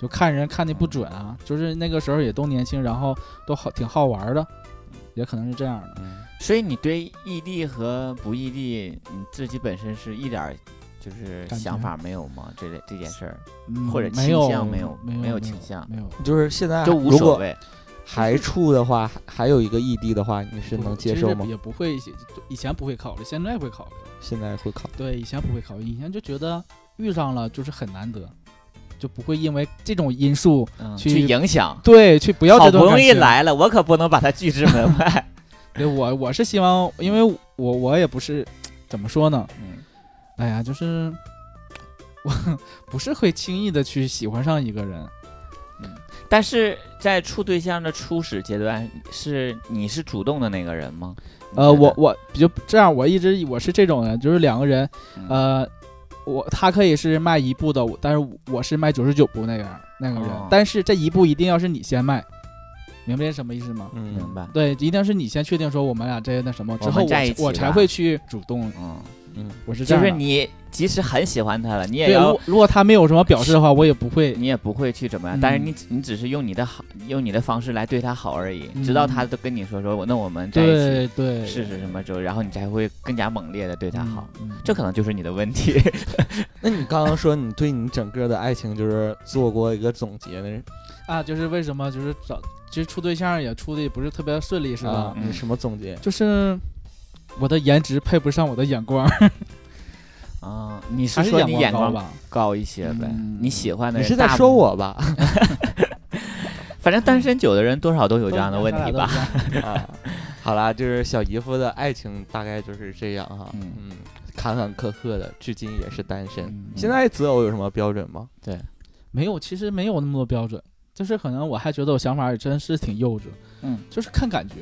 Speaker 3: 就看人看的不准
Speaker 2: 嗯
Speaker 3: 啊，就是那个时候也都年轻，然后都好挺好玩的，也可能是这样的。
Speaker 2: 所以你对异地和不异地，你自己本身是一点儿就是
Speaker 3: 感觉
Speaker 2: 想法没有吗？这类这件事儿，
Speaker 3: 嗯
Speaker 2: 或者
Speaker 3: 没有
Speaker 2: 倾向没有
Speaker 3: 没
Speaker 2: 没有
Speaker 3: 有
Speaker 2: 倾向
Speaker 3: 没有，
Speaker 1: 就是现在
Speaker 2: 就无
Speaker 1: 如
Speaker 2: 所
Speaker 1: 果
Speaker 2: 谓。
Speaker 1: 还处的话，还还有一个异地的话，你是
Speaker 3: 不
Speaker 1: 能
Speaker 3: 其
Speaker 1: 接
Speaker 3: 实
Speaker 1: 受吗？
Speaker 3: 也不会，以前不会考虑，现在会考虑。
Speaker 1: 现在会考
Speaker 3: 对，以前不会考虑，以前就觉得遇上了就是很难得，就不会因为这种 因素
Speaker 2: 嗯，
Speaker 3: 去
Speaker 2: 去影响。
Speaker 3: 对去不要
Speaker 2: 好
Speaker 3: 这
Speaker 2: 不
Speaker 3: 段
Speaker 2: 容
Speaker 3: 感
Speaker 2: 易
Speaker 3: 情。
Speaker 2: 来了，我可不能把他拒之门 外。
Speaker 3: 对，我我是希望，因为我我也不是怎么说呢，
Speaker 2: 嗯
Speaker 3: 哎呀，就是我不是会轻易的去喜欢上一个人，
Speaker 2: 但是在处对象的初始阶段，是你是主动的那个人吗？
Speaker 3: 呃，
Speaker 2: 你觉
Speaker 3: 我
Speaker 2: 得
Speaker 3: 我就这样，我一直我是这种人，就是两个人，
Speaker 2: 嗯
Speaker 3: 呃，我他可以是迈一步的，我但是我是迈九十九步那样那个人，
Speaker 2: 哦
Speaker 3: 但是这一步一定要是你先迈，明白这什么意思吗？
Speaker 1: 嗯，
Speaker 2: 明白。
Speaker 3: 对，一定是你先确定说我们俩这那什么之
Speaker 2: 我
Speaker 3: 后
Speaker 2: 们
Speaker 3: 我
Speaker 2: 在
Speaker 3: 才
Speaker 2: 一起
Speaker 3: 我才
Speaker 2: 吧
Speaker 3: 会去主动，
Speaker 2: 嗯，
Speaker 3: 我是这
Speaker 2: 就
Speaker 3: 样
Speaker 2: 是
Speaker 3: 的。
Speaker 2: 你即使很喜欢他了，你也
Speaker 3: 对，如
Speaker 2: 要
Speaker 3: 果如果他没有什么表示的话，我也不会。
Speaker 2: 你也不会去怎么样，
Speaker 3: 嗯
Speaker 2: 但是你只你只是用你的好，用你的方式来对他好而已，直到
Speaker 3: 嗯
Speaker 2: 他都跟你说说，我那我们在一
Speaker 3: 对对，嗯
Speaker 2: 起试试什么之后，然后你才会更加猛烈的对他好。
Speaker 3: 嗯，嗯
Speaker 2: 这可能就是你的问题。
Speaker 1: 那你刚刚说你对你整个的爱情就是做过一个总结的
Speaker 3: 啊，就是为什么就是找，其实处对象也处的也不是特别顺利，是吧？
Speaker 1: 啊？
Speaker 2: 嗯
Speaker 1: 你什么总结？
Speaker 3: 就是我的颜值配不上我的眼光，
Speaker 2: 啊，你 是
Speaker 3: 还是
Speaker 2: 说你眼
Speaker 3: 高
Speaker 2: 光
Speaker 3: 吧？
Speaker 2: 高一些呗？
Speaker 3: 嗯
Speaker 2: 你喜欢的
Speaker 1: 你
Speaker 2: 人
Speaker 1: 是在
Speaker 2: 大部
Speaker 1: 说
Speaker 2: 分
Speaker 1: 我吧？
Speaker 2: 反正
Speaker 3: 嗯
Speaker 2: 单身久的人多少都有这样的问题吧。
Speaker 3: 吧？
Speaker 1: 啊，好啦，就是小姨夫的爱情大概就是这样哈，
Speaker 2: 嗯
Speaker 1: 嗯，坎坎坷坷的，至今也是单身。
Speaker 3: 嗯
Speaker 1: 现在择偶有什么标准吗？
Speaker 3: 没有，其实没有那么多标准，就是可能我还觉得我想法也真是挺幼稚，
Speaker 2: 嗯，
Speaker 3: 就是看感觉，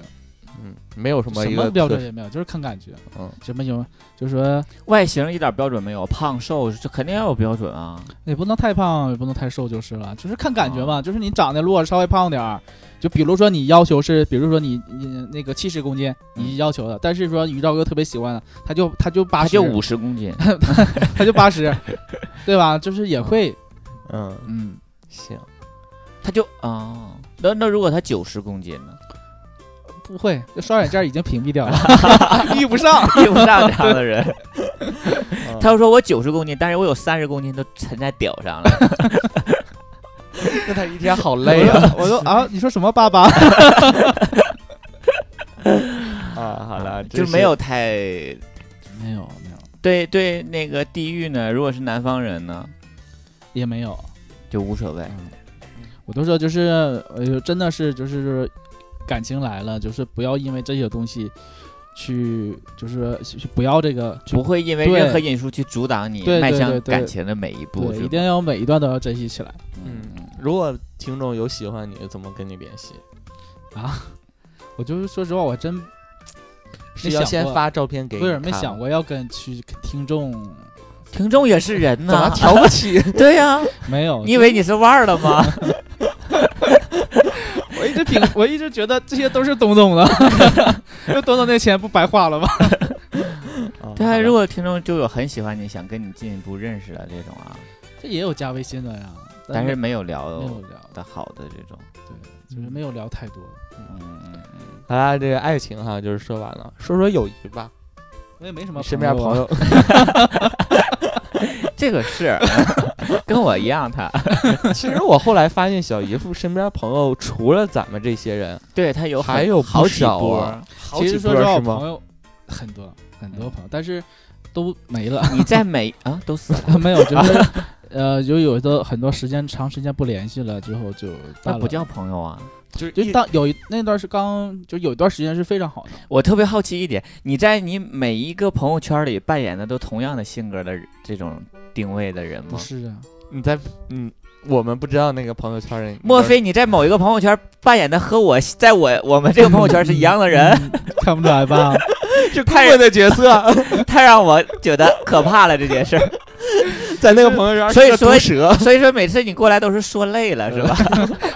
Speaker 1: 嗯，没有什么
Speaker 3: 什
Speaker 1: 一个
Speaker 3: 么标
Speaker 1: 特
Speaker 3: 准
Speaker 1: 殊
Speaker 3: 也没有，就是看感觉，
Speaker 1: 嗯，
Speaker 3: 什么有，就是说
Speaker 2: 外形一点标准没有，胖瘦这肯定要有标准啊。
Speaker 3: 也不能太胖，也不能太瘦，就是了，就是看感觉嘛，就是你长得如果稍微胖点儿。就比如说你要求是，比如说你你那个七十公斤，你要求的，但是说你遇到个特别喜欢的，他就他就八
Speaker 2: 他
Speaker 3: 十，
Speaker 2: 就五十公斤，
Speaker 3: 他就八十， 对吧？就是也会，
Speaker 1: 嗯，
Speaker 3: 嗯，
Speaker 1: 行，
Speaker 2: 他就啊、那那如果他九十公斤呢？
Speaker 3: 不会，这刷软件已经屏蔽掉了， 遇不 上。
Speaker 2: 遇不上这样的 人。
Speaker 1: 嗯
Speaker 2: 他说我九十公斤，但是我有三十公斤都沉在屌上 了。
Speaker 1: 那他一天好累啊！
Speaker 3: 我都 啊，你说什么爸爸？
Speaker 1: 啊，好了，
Speaker 2: 就
Speaker 1: 真是
Speaker 2: 没有太
Speaker 3: 没有没有，
Speaker 2: 对对那个地域呢。如果是南方人呢，
Speaker 3: 也没有。
Speaker 2: 就无所谓。
Speaker 3: 我都说就是，呃，真的是就是感情来了，就是不要因为这些东西去，就是去不要这个，去
Speaker 2: 不会因为
Speaker 3: 对
Speaker 2: 任何因素去阻挡你
Speaker 3: 对对
Speaker 2: 迈向
Speaker 3: 对对
Speaker 2: 感情的每一步，
Speaker 3: 对，
Speaker 2: 是
Speaker 3: 一
Speaker 2: 吧
Speaker 3: 定要每一段都要珍惜起来。
Speaker 1: 嗯，如果听众有喜欢你，怎么跟你联系？
Speaker 3: 我就是说实话，我真
Speaker 1: 是要先发照片给你
Speaker 3: 不是没
Speaker 1: 看
Speaker 3: 想
Speaker 1: 吗，
Speaker 3: 过要跟去听众，
Speaker 2: 听众也是人
Speaker 1: 怎么
Speaker 2: 呐，
Speaker 1: 瞧不起？
Speaker 2: 对呀、
Speaker 3: 没有，
Speaker 2: 你以为你是腕儿了吗？
Speaker 3: 我一直挺，我一直觉得这些都是东东的， 那东东那钱不白花了吗？
Speaker 1: 啊
Speaker 2: 对
Speaker 1: 好
Speaker 2: 啊，
Speaker 1: 吧
Speaker 2: 如果听众就有很喜欢你，想跟你进一步认识的这种啊，
Speaker 3: 这也有加微信的呀，
Speaker 1: 呃
Speaker 2: 但是没有
Speaker 3: 没
Speaker 2: 聊
Speaker 3: 有聊，
Speaker 2: 的好的这种，
Speaker 3: 对，就是没有聊太多。
Speaker 2: 嗯嗯嗯，
Speaker 1: 好啦，这个爱情哈，就是说完了，说说友谊吧。
Speaker 3: 我也没什么
Speaker 1: 你身边朋
Speaker 3: 友
Speaker 1: 友，
Speaker 2: 这个是跟我一样他，
Speaker 1: 其实我后来发现，小姨夫身边朋友除了咱们这些人，
Speaker 2: 对他有很
Speaker 1: 还有不
Speaker 2: 好几
Speaker 1: 少
Speaker 2: 波
Speaker 1: 啊
Speaker 2: 儿。
Speaker 1: 好
Speaker 3: 其
Speaker 1: 几
Speaker 3: 实说
Speaker 1: 波
Speaker 3: 实话，
Speaker 1: 是
Speaker 3: 我
Speaker 1: 吗
Speaker 3: 朋友很多很多朋友，但是都没了，
Speaker 2: 你在每啊都死了，
Speaker 3: 没有，就是呃，就有的很多时间长时间不联系了之后就
Speaker 2: 那
Speaker 3: 淡
Speaker 2: 不
Speaker 3: 了
Speaker 2: 叫朋友啊！
Speaker 1: 就是
Speaker 3: 就
Speaker 1: 一
Speaker 3: 当有一那段是刚就有一段时间是非常好的，
Speaker 2: 我特别好奇一点，你在你每一个朋友圈里扮演的都同样的性格的人这种定位的人
Speaker 3: 不
Speaker 2: 吗？
Speaker 3: 是啊，
Speaker 1: 你在嗯，我们不知道那个朋友圈人，
Speaker 2: 莫非你在某一个朋友圈扮演的和我在我我们这个朋友圈是一样 的人？
Speaker 3: 嗯看不出 来吧？
Speaker 1: 是顾问的角色，
Speaker 2: 太让我觉得可怕了这件事儿。
Speaker 1: 在那个朋友圈
Speaker 2: 所
Speaker 1: 是个
Speaker 2: 以所以
Speaker 1: 毒蛇，
Speaker 2: 所以说每次你过来都是说累了是吧？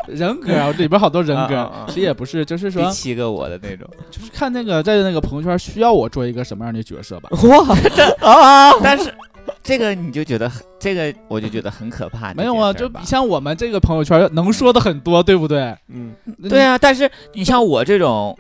Speaker 3: 人格啊，里边好多人
Speaker 2: 啊啊
Speaker 3: 格
Speaker 2: 啊，
Speaker 3: 其实也不是， 就是
Speaker 2: 第
Speaker 3: 说
Speaker 2: 七个我的那种。
Speaker 3: 就是看那个在那个朋友圈需要我做一个什么样的角色吧。
Speaker 1: 哇，
Speaker 2: 啊！
Speaker 3: 哦
Speaker 2: 但是这个你就觉得很，这个我就觉得很可怕。
Speaker 3: 没有啊，
Speaker 2: 这件事
Speaker 3: 就
Speaker 2: 儿吧
Speaker 3: 像我们这个朋友圈能说的很多，对不对？
Speaker 1: 嗯，
Speaker 2: 对啊。但是你像我这种，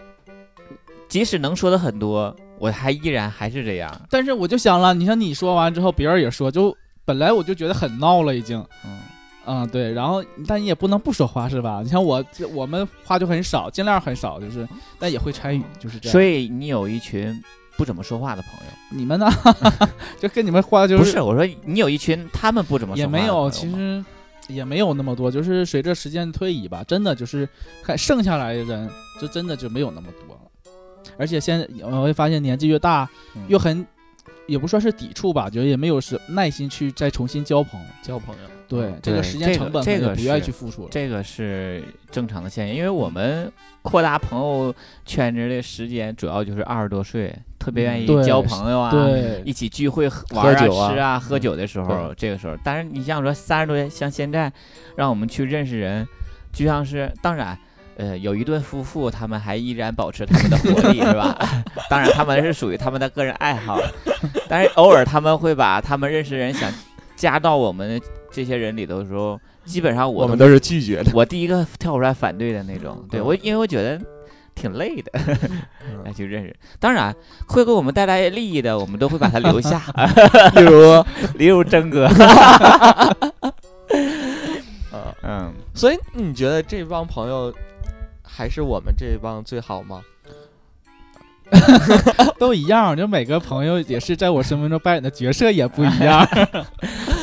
Speaker 2: 即使能说的很多，我还依然还是这样。
Speaker 3: 但是我就想了，你像你说完之后，别人也说，就本来我就觉得很闹了，已经。
Speaker 2: 嗯，
Speaker 3: 嗯，对，然后但你也不能不说话是吧？你像我，我们话就很少，尽量很少，就是，但也会参与，就是这样。
Speaker 2: 所
Speaker 3: 以
Speaker 2: 以你有一群不怎么说话的朋友，
Speaker 3: 你们呢， 就跟你们话就
Speaker 2: 不是我说你有一群他们不怎么说
Speaker 3: 也
Speaker 2: 话的
Speaker 3: 没有，
Speaker 2: 朋
Speaker 3: 其
Speaker 2: 友吗
Speaker 3: 实也没有那么多，就是随着时间推移吧，真的就是还剩下来的人，就真的就没有那么多了。而且现在我会发现，年纪越大，
Speaker 2: 嗯
Speaker 3: 越很，也不算是抵触吧，就也没有是耐心去再重新交朋友。
Speaker 1: 交朋友，
Speaker 3: 对
Speaker 2: 嗯，
Speaker 3: 这个
Speaker 2: 对
Speaker 3: 时间
Speaker 2: 这
Speaker 3: 成
Speaker 2: 个
Speaker 3: 本可
Speaker 2: 这
Speaker 3: 能
Speaker 2: 个
Speaker 3: 也不愿意
Speaker 2: 是
Speaker 3: 去付出了。
Speaker 2: 这个是正常的现象，因为我们扩大朋友圈子的时间主要就是二十多岁，特别愿
Speaker 3: 嗯
Speaker 2: 意
Speaker 3: 对
Speaker 2: 交朋友啊，一
Speaker 1: 嗯
Speaker 3: 对，
Speaker 2: 起聚会喝玩儿
Speaker 1: 喝酒啊
Speaker 2: 吃啊、喝酒的时候，这个时候。但是你像说三十多岁，像现在，让我们去认识人，就像是当然。呃，有一对夫妇，他们还依然保持他们的活力，是吧？ 当然，他们是属于他们的个人爱好，但是偶尔他们会把他们认识人想加到我们这些人里头的时候，基本上
Speaker 1: 我
Speaker 2: 我
Speaker 1: 们都是拒绝 的。
Speaker 2: 我第一个跳出来反对的那种。对
Speaker 1: 嗯
Speaker 2: 我，因为我觉得挺累的， 来去认识。当然，会给我们带来利益的，我们都会把它 留下。
Speaker 1: 例如，
Speaker 2: 例如 真哥，
Speaker 1: 呃，
Speaker 2: 嗯，
Speaker 1: 所以你觉得这帮朋友还是我们这帮最好吗？
Speaker 3: 都一样，就每个朋友也是在我生命中扮演的角色也不一样。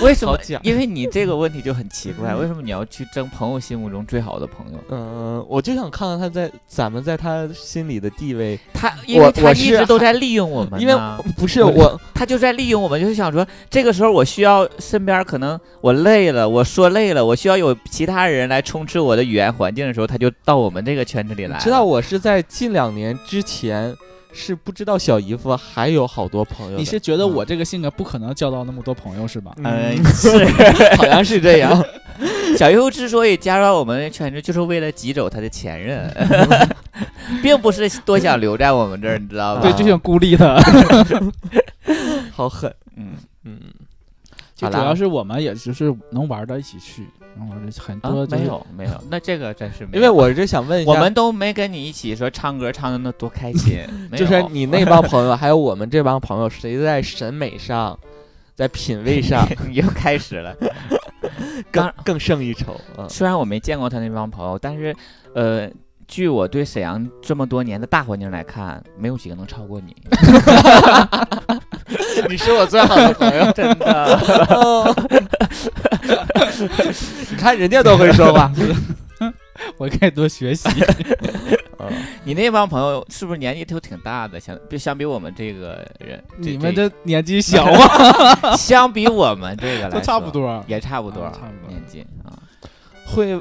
Speaker 2: 为什么
Speaker 1: 好假？
Speaker 2: 因为你这个问题就很奇怪，为什么你要去争朋友心目中最好的朋友？
Speaker 1: 嗯、我就想看看他在咱们在他心里的地位，
Speaker 2: 他因为
Speaker 1: 我
Speaker 2: 他
Speaker 1: 我
Speaker 2: 一
Speaker 1: 是
Speaker 2: 直都在利用我 们
Speaker 1: 因为
Speaker 2: 呢，
Speaker 1: 不是我，
Speaker 2: 他就在利用我们，就是想说，这个时候我需要身边可能我累了，我说累了，我需要有其他人来充斥我的语言环境的时候，他就到我们这个圈子里来
Speaker 1: 你
Speaker 2: 了。
Speaker 1: 知道我是在近两年之前是不知道小姨夫还有好多朋友的，
Speaker 3: 你是觉得我这个性格不可能交到那么多朋友是吧？
Speaker 2: 嗯
Speaker 1: 嗯，，
Speaker 2: 是
Speaker 1: 好像是这 样。
Speaker 2: 小优之所以加入到我们的圈子，就是为了挤走他的前任，并不是多想留在我们这儿，你知道吧？
Speaker 3: 对，就挺孤立的。
Speaker 1: 好狠。
Speaker 2: 嗯，
Speaker 1: 嗯，
Speaker 3: 就主
Speaker 1: 好啦
Speaker 3: 要是我们也就是能玩到一起去，能玩的很
Speaker 2: 啊
Speaker 3: 多、就是
Speaker 2: 没有没有，那这个真是没
Speaker 1: 因为
Speaker 2: 有
Speaker 1: 我是想问一下，
Speaker 2: 我们都没跟你一起说唱歌唱的那多开 心，没
Speaker 1: 就是
Speaker 2: 有
Speaker 1: 你那帮朋友，还有我们这帮朋友，谁在审美上，在品味 上
Speaker 2: 你又开始 了。
Speaker 1: 更
Speaker 2: 当
Speaker 1: 更胜一筹？嗯，
Speaker 2: 虽然我没见过他那帮朋友，但是呃，据我对沈阳这么多年的大环境来看，没有几个能超过你。
Speaker 1: 你是我最好的朋 友，真的。 你看人家都会说话，
Speaker 3: 我该多学 习。
Speaker 2: 你那帮朋友是不是年纪都挺大的？相就相比我们这个人，这
Speaker 3: 你们
Speaker 2: 这
Speaker 3: 这年 纪小啊，
Speaker 2: 相比我们这个来
Speaker 3: 都
Speaker 2: 说
Speaker 3: 差不，多，
Speaker 2: 也差不多，
Speaker 3: 啊差不多
Speaker 2: 年纪啊。
Speaker 1: 会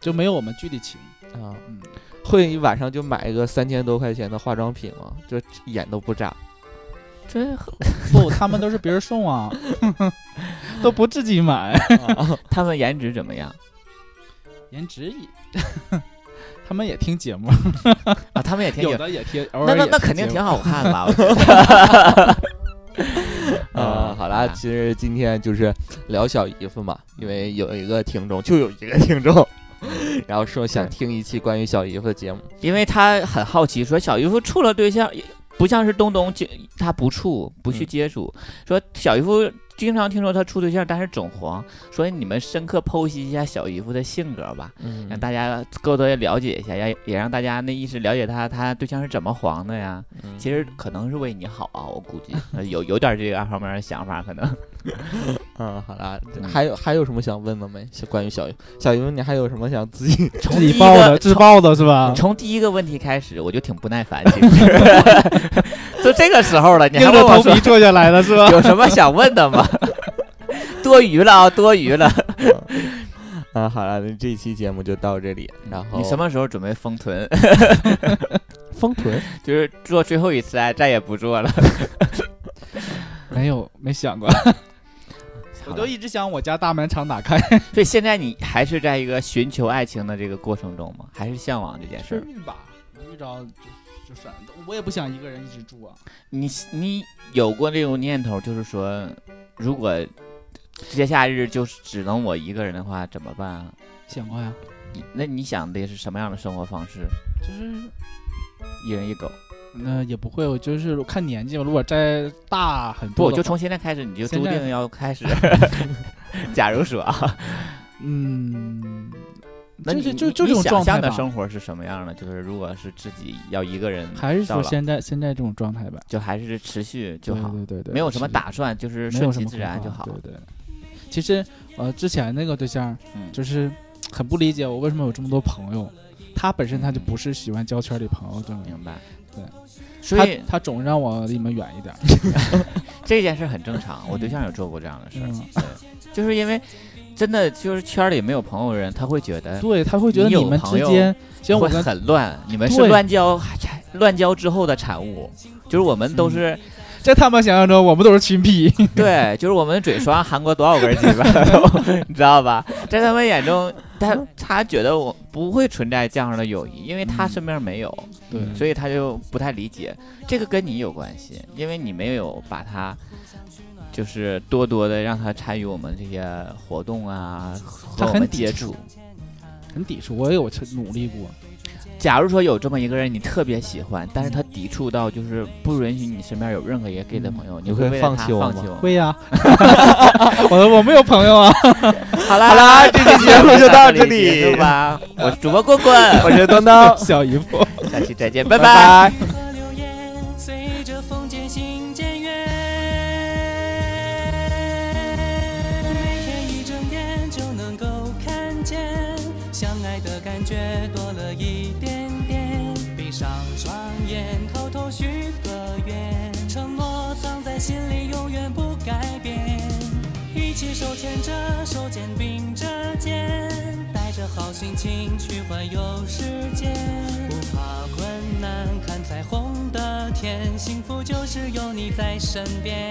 Speaker 3: 就没有我们距离近。
Speaker 1: 啊
Speaker 3: 嗯，
Speaker 1: 会一晚上就买一个三千多块钱的化妆品吗？就眼都不眨。
Speaker 2: 这
Speaker 3: 不，他们都是别人送啊， 都不自 己买。
Speaker 1: 啊
Speaker 2: 他们颜值怎么样
Speaker 3: 颜值也， 他们也听节目，
Speaker 2: 啊？他们也挺
Speaker 3: 有的也听，偶
Speaker 2: 那
Speaker 3: 尔
Speaker 2: 那
Speaker 3: 也
Speaker 2: 那
Speaker 3: 听
Speaker 2: 肯定
Speaker 3: 节
Speaker 2: 挺
Speaker 3: 目。
Speaker 2: 好看吧？我觉 得
Speaker 3: 嗯
Speaker 1: 啊，好啦，其实今天就是聊小姨夫嘛，因为有一个听众，就有一个听众，然后说想听一期关于小姨夫的节目。
Speaker 2: 因为他很好奇，说小姨夫处了对象，不像是东东，就他不处，不去
Speaker 1: 嗯
Speaker 2: 接触。说小姨夫经常听说他处对象，但是总黄，所以你们深刻剖析一下小姨夫的性格吧，
Speaker 1: 嗯
Speaker 2: 让大家更多的了解一下，也也让大家那意识了解他他对象是怎么黄的呀。
Speaker 1: 嗯
Speaker 2: 其实可能是为你好啊，我估计呃有有点这个方面的想法，可 能
Speaker 1: 嗯，好啦，
Speaker 2: 嗯
Speaker 1: 还有还有什么想问的没？小关于小姨小姨夫，你还有什么想自己？
Speaker 2: 从
Speaker 3: 自
Speaker 2: 第
Speaker 3: 己啊
Speaker 2: 一
Speaker 3: 报
Speaker 2: 个
Speaker 3: 的，自报的是吧？
Speaker 2: 从第一个问题开始，我就挺不耐烦，其实 都这个时候了，你
Speaker 3: 硬
Speaker 2: 还
Speaker 3: 着
Speaker 2: 问我
Speaker 3: 头
Speaker 2: 说
Speaker 3: 皮坐下来的是 吧？
Speaker 2: 有什么想问的吗？ 多余了啊，多余 了。
Speaker 1: 啊，好了，那这期节目就到这里。然后
Speaker 2: 你什么时候准备封臀？
Speaker 1: 封臀？
Speaker 2: 就是做最后一次爱，再也不 做了。
Speaker 3: 没有，没想过。我就一直想我家大门常打开，
Speaker 2: 所以现在你还是在一个寻求爱情的这个过程中吗？还是向往这件事儿？
Speaker 3: 运吧， 遇着就就算了。我也不想一个人一直住啊。
Speaker 2: 你你有过这种念头，就是说，如果节假日就是只能我一个人的话，怎么办啊？
Speaker 3: 想过呀，
Speaker 2: 你那你想的是什么样的生活方式？
Speaker 3: 就是
Speaker 2: 一人一狗
Speaker 3: 那也不会，我就是我看年纪吧。如果再大很
Speaker 2: 不？
Speaker 3: 多的话，
Speaker 2: 就从现在开始，你就注
Speaker 3: 现在
Speaker 2: 定要开 始。假如说啊，
Speaker 3: 嗯，
Speaker 2: 那
Speaker 3: 就是
Speaker 2: 你
Speaker 3: 就
Speaker 2: 你
Speaker 3: 就
Speaker 2: 你
Speaker 3: 这种
Speaker 2: 想
Speaker 3: 状态
Speaker 2: 象的
Speaker 3: 吧。
Speaker 2: 生活是什么样的？就是如果是自己要一个人到老，
Speaker 3: 还是说现在现在这种状态吧，
Speaker 2: 就还是持续就好，
Speaker 3: 对对对对，
Speaker 2: 没有什么
Speaker 3: 是
Speaker 2: 打算，就是
Speaker 3: 没
Speaker 2: 顺
Speaker 3: 有什
Speaker 2: 其
Speaker 3: 么
Speaker 2: 自然
Speaker 3: 规
Speaker 2: 就
Speaker 3: 划
Speaker 2: 好。
Speaker 3: 对对，其实呃，之前那个对象
Speaker 2: 嗯，
Speaker 3: 就是很不理解我为什么有这么多朋友，他本身他就
Speaker 2: 嗯
Speaker 3: 不是喜欢交圈里朋友这种人，
Speaker 2: 明白。
Speaker 3: 对，
Speaker 2: 所以
Speaker 3: 他他总让我离你们远一点。
Speaker 2: 这件事很正常，我对象也做过这样的事儿，
Speaker 3: 嗯
Speaker 2: 对就是因为真的就是圈里没有朋友的人，他会觉得
Speaker 3: 对，他会觉得
Speaker 2: 你有
Speaker 3: 你们
Speaker 2: 朋
Speaker 3: 之
Speaker 2: 友
Speaker 3: 间，像我
Speaker 2: 会
Speaker 3: 跟
Speaker 2: 很乱，你们是
Speaker 3: 对
Speaker 2: 乱交乱交之后的产物，就是我们
Speaker 3: 嗯
Speaker 2: 都是
Speaker 3: 在他们想象中，我们都是 群批，
Speaker 2: 对，就是我们嘴刷韩国多少根鸡巴， 都你知道吧？在他们眼中，他他觉得我不会存在这样的友谊，因为他身边没有，
Speaker 3: 嗯对
Speaker 2: 所以他就不太理解。这个跟你有关系，因为你没有把他，就是多多的让他参与我们这些活动啊，和
Speaker 3: 他
Speaker 2: 我
Speaker 3: 很
Speaker 2: 们
Speaker 3: 抵
Speaker 2: 接
Speaker 3: 触
Speaker 2: 触。
Speaker 3: 很抵触。我也有努力过，
Speaker 2: 假如说有这么一个人，你特别喜欢，但是他抵触到就是不允许你身边有任何一个 gay 的
Speaker 3: 嗯
Speaker 2: 朋友，你
Speaker 1: 你会
Speaker 2: 为
Speaker 1: 放
Speaker 2: 了他
Speaker 1: 弃我
Speaker 2: 放
Speaker 1: 吗
Speaker 2: 弃我吗？
Speaker 3: 会呀、啊 我说我没有朋友啊，，
Speaker 2: 好啦
Speaker 1: 好啦这期节目就到 这里
Speaker 2: 结束吧。我是主播棍棍，
Speaker 1: 我是东东
Speaker 3: 小姨夫。
Speaker 2: 下期再见，
Speaker 1: 拜
Speaker 2: 拜拜
Speaker 1: 拜。
Speaker 4: 和流言，随着风渐行渐远。每天一睁眼就能够看见，相爱的感觉多了一点点。闭上双眼，偷偷许个愿，承诺藏在心里，永远不改变。一起手牵着手，肩并着肩，带着好心情去环游世界，不怕困难，看彩虹的天，幸福就是有你在身边。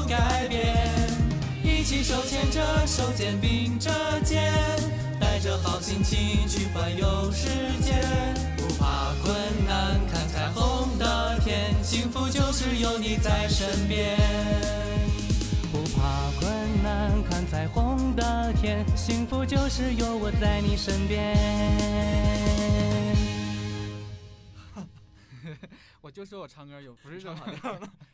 Speaker 4: 改变。一起手牵着手，肩并着肩，带着好心情去环游世界，不怕困难，看彩虹的天，幸福就是有你在身边。不怕困难，看彩虹的天，幸福就是有我在你身边。
Speaker 3: 我就说我唱歌有不是
Speaker 4: 唱跑调了，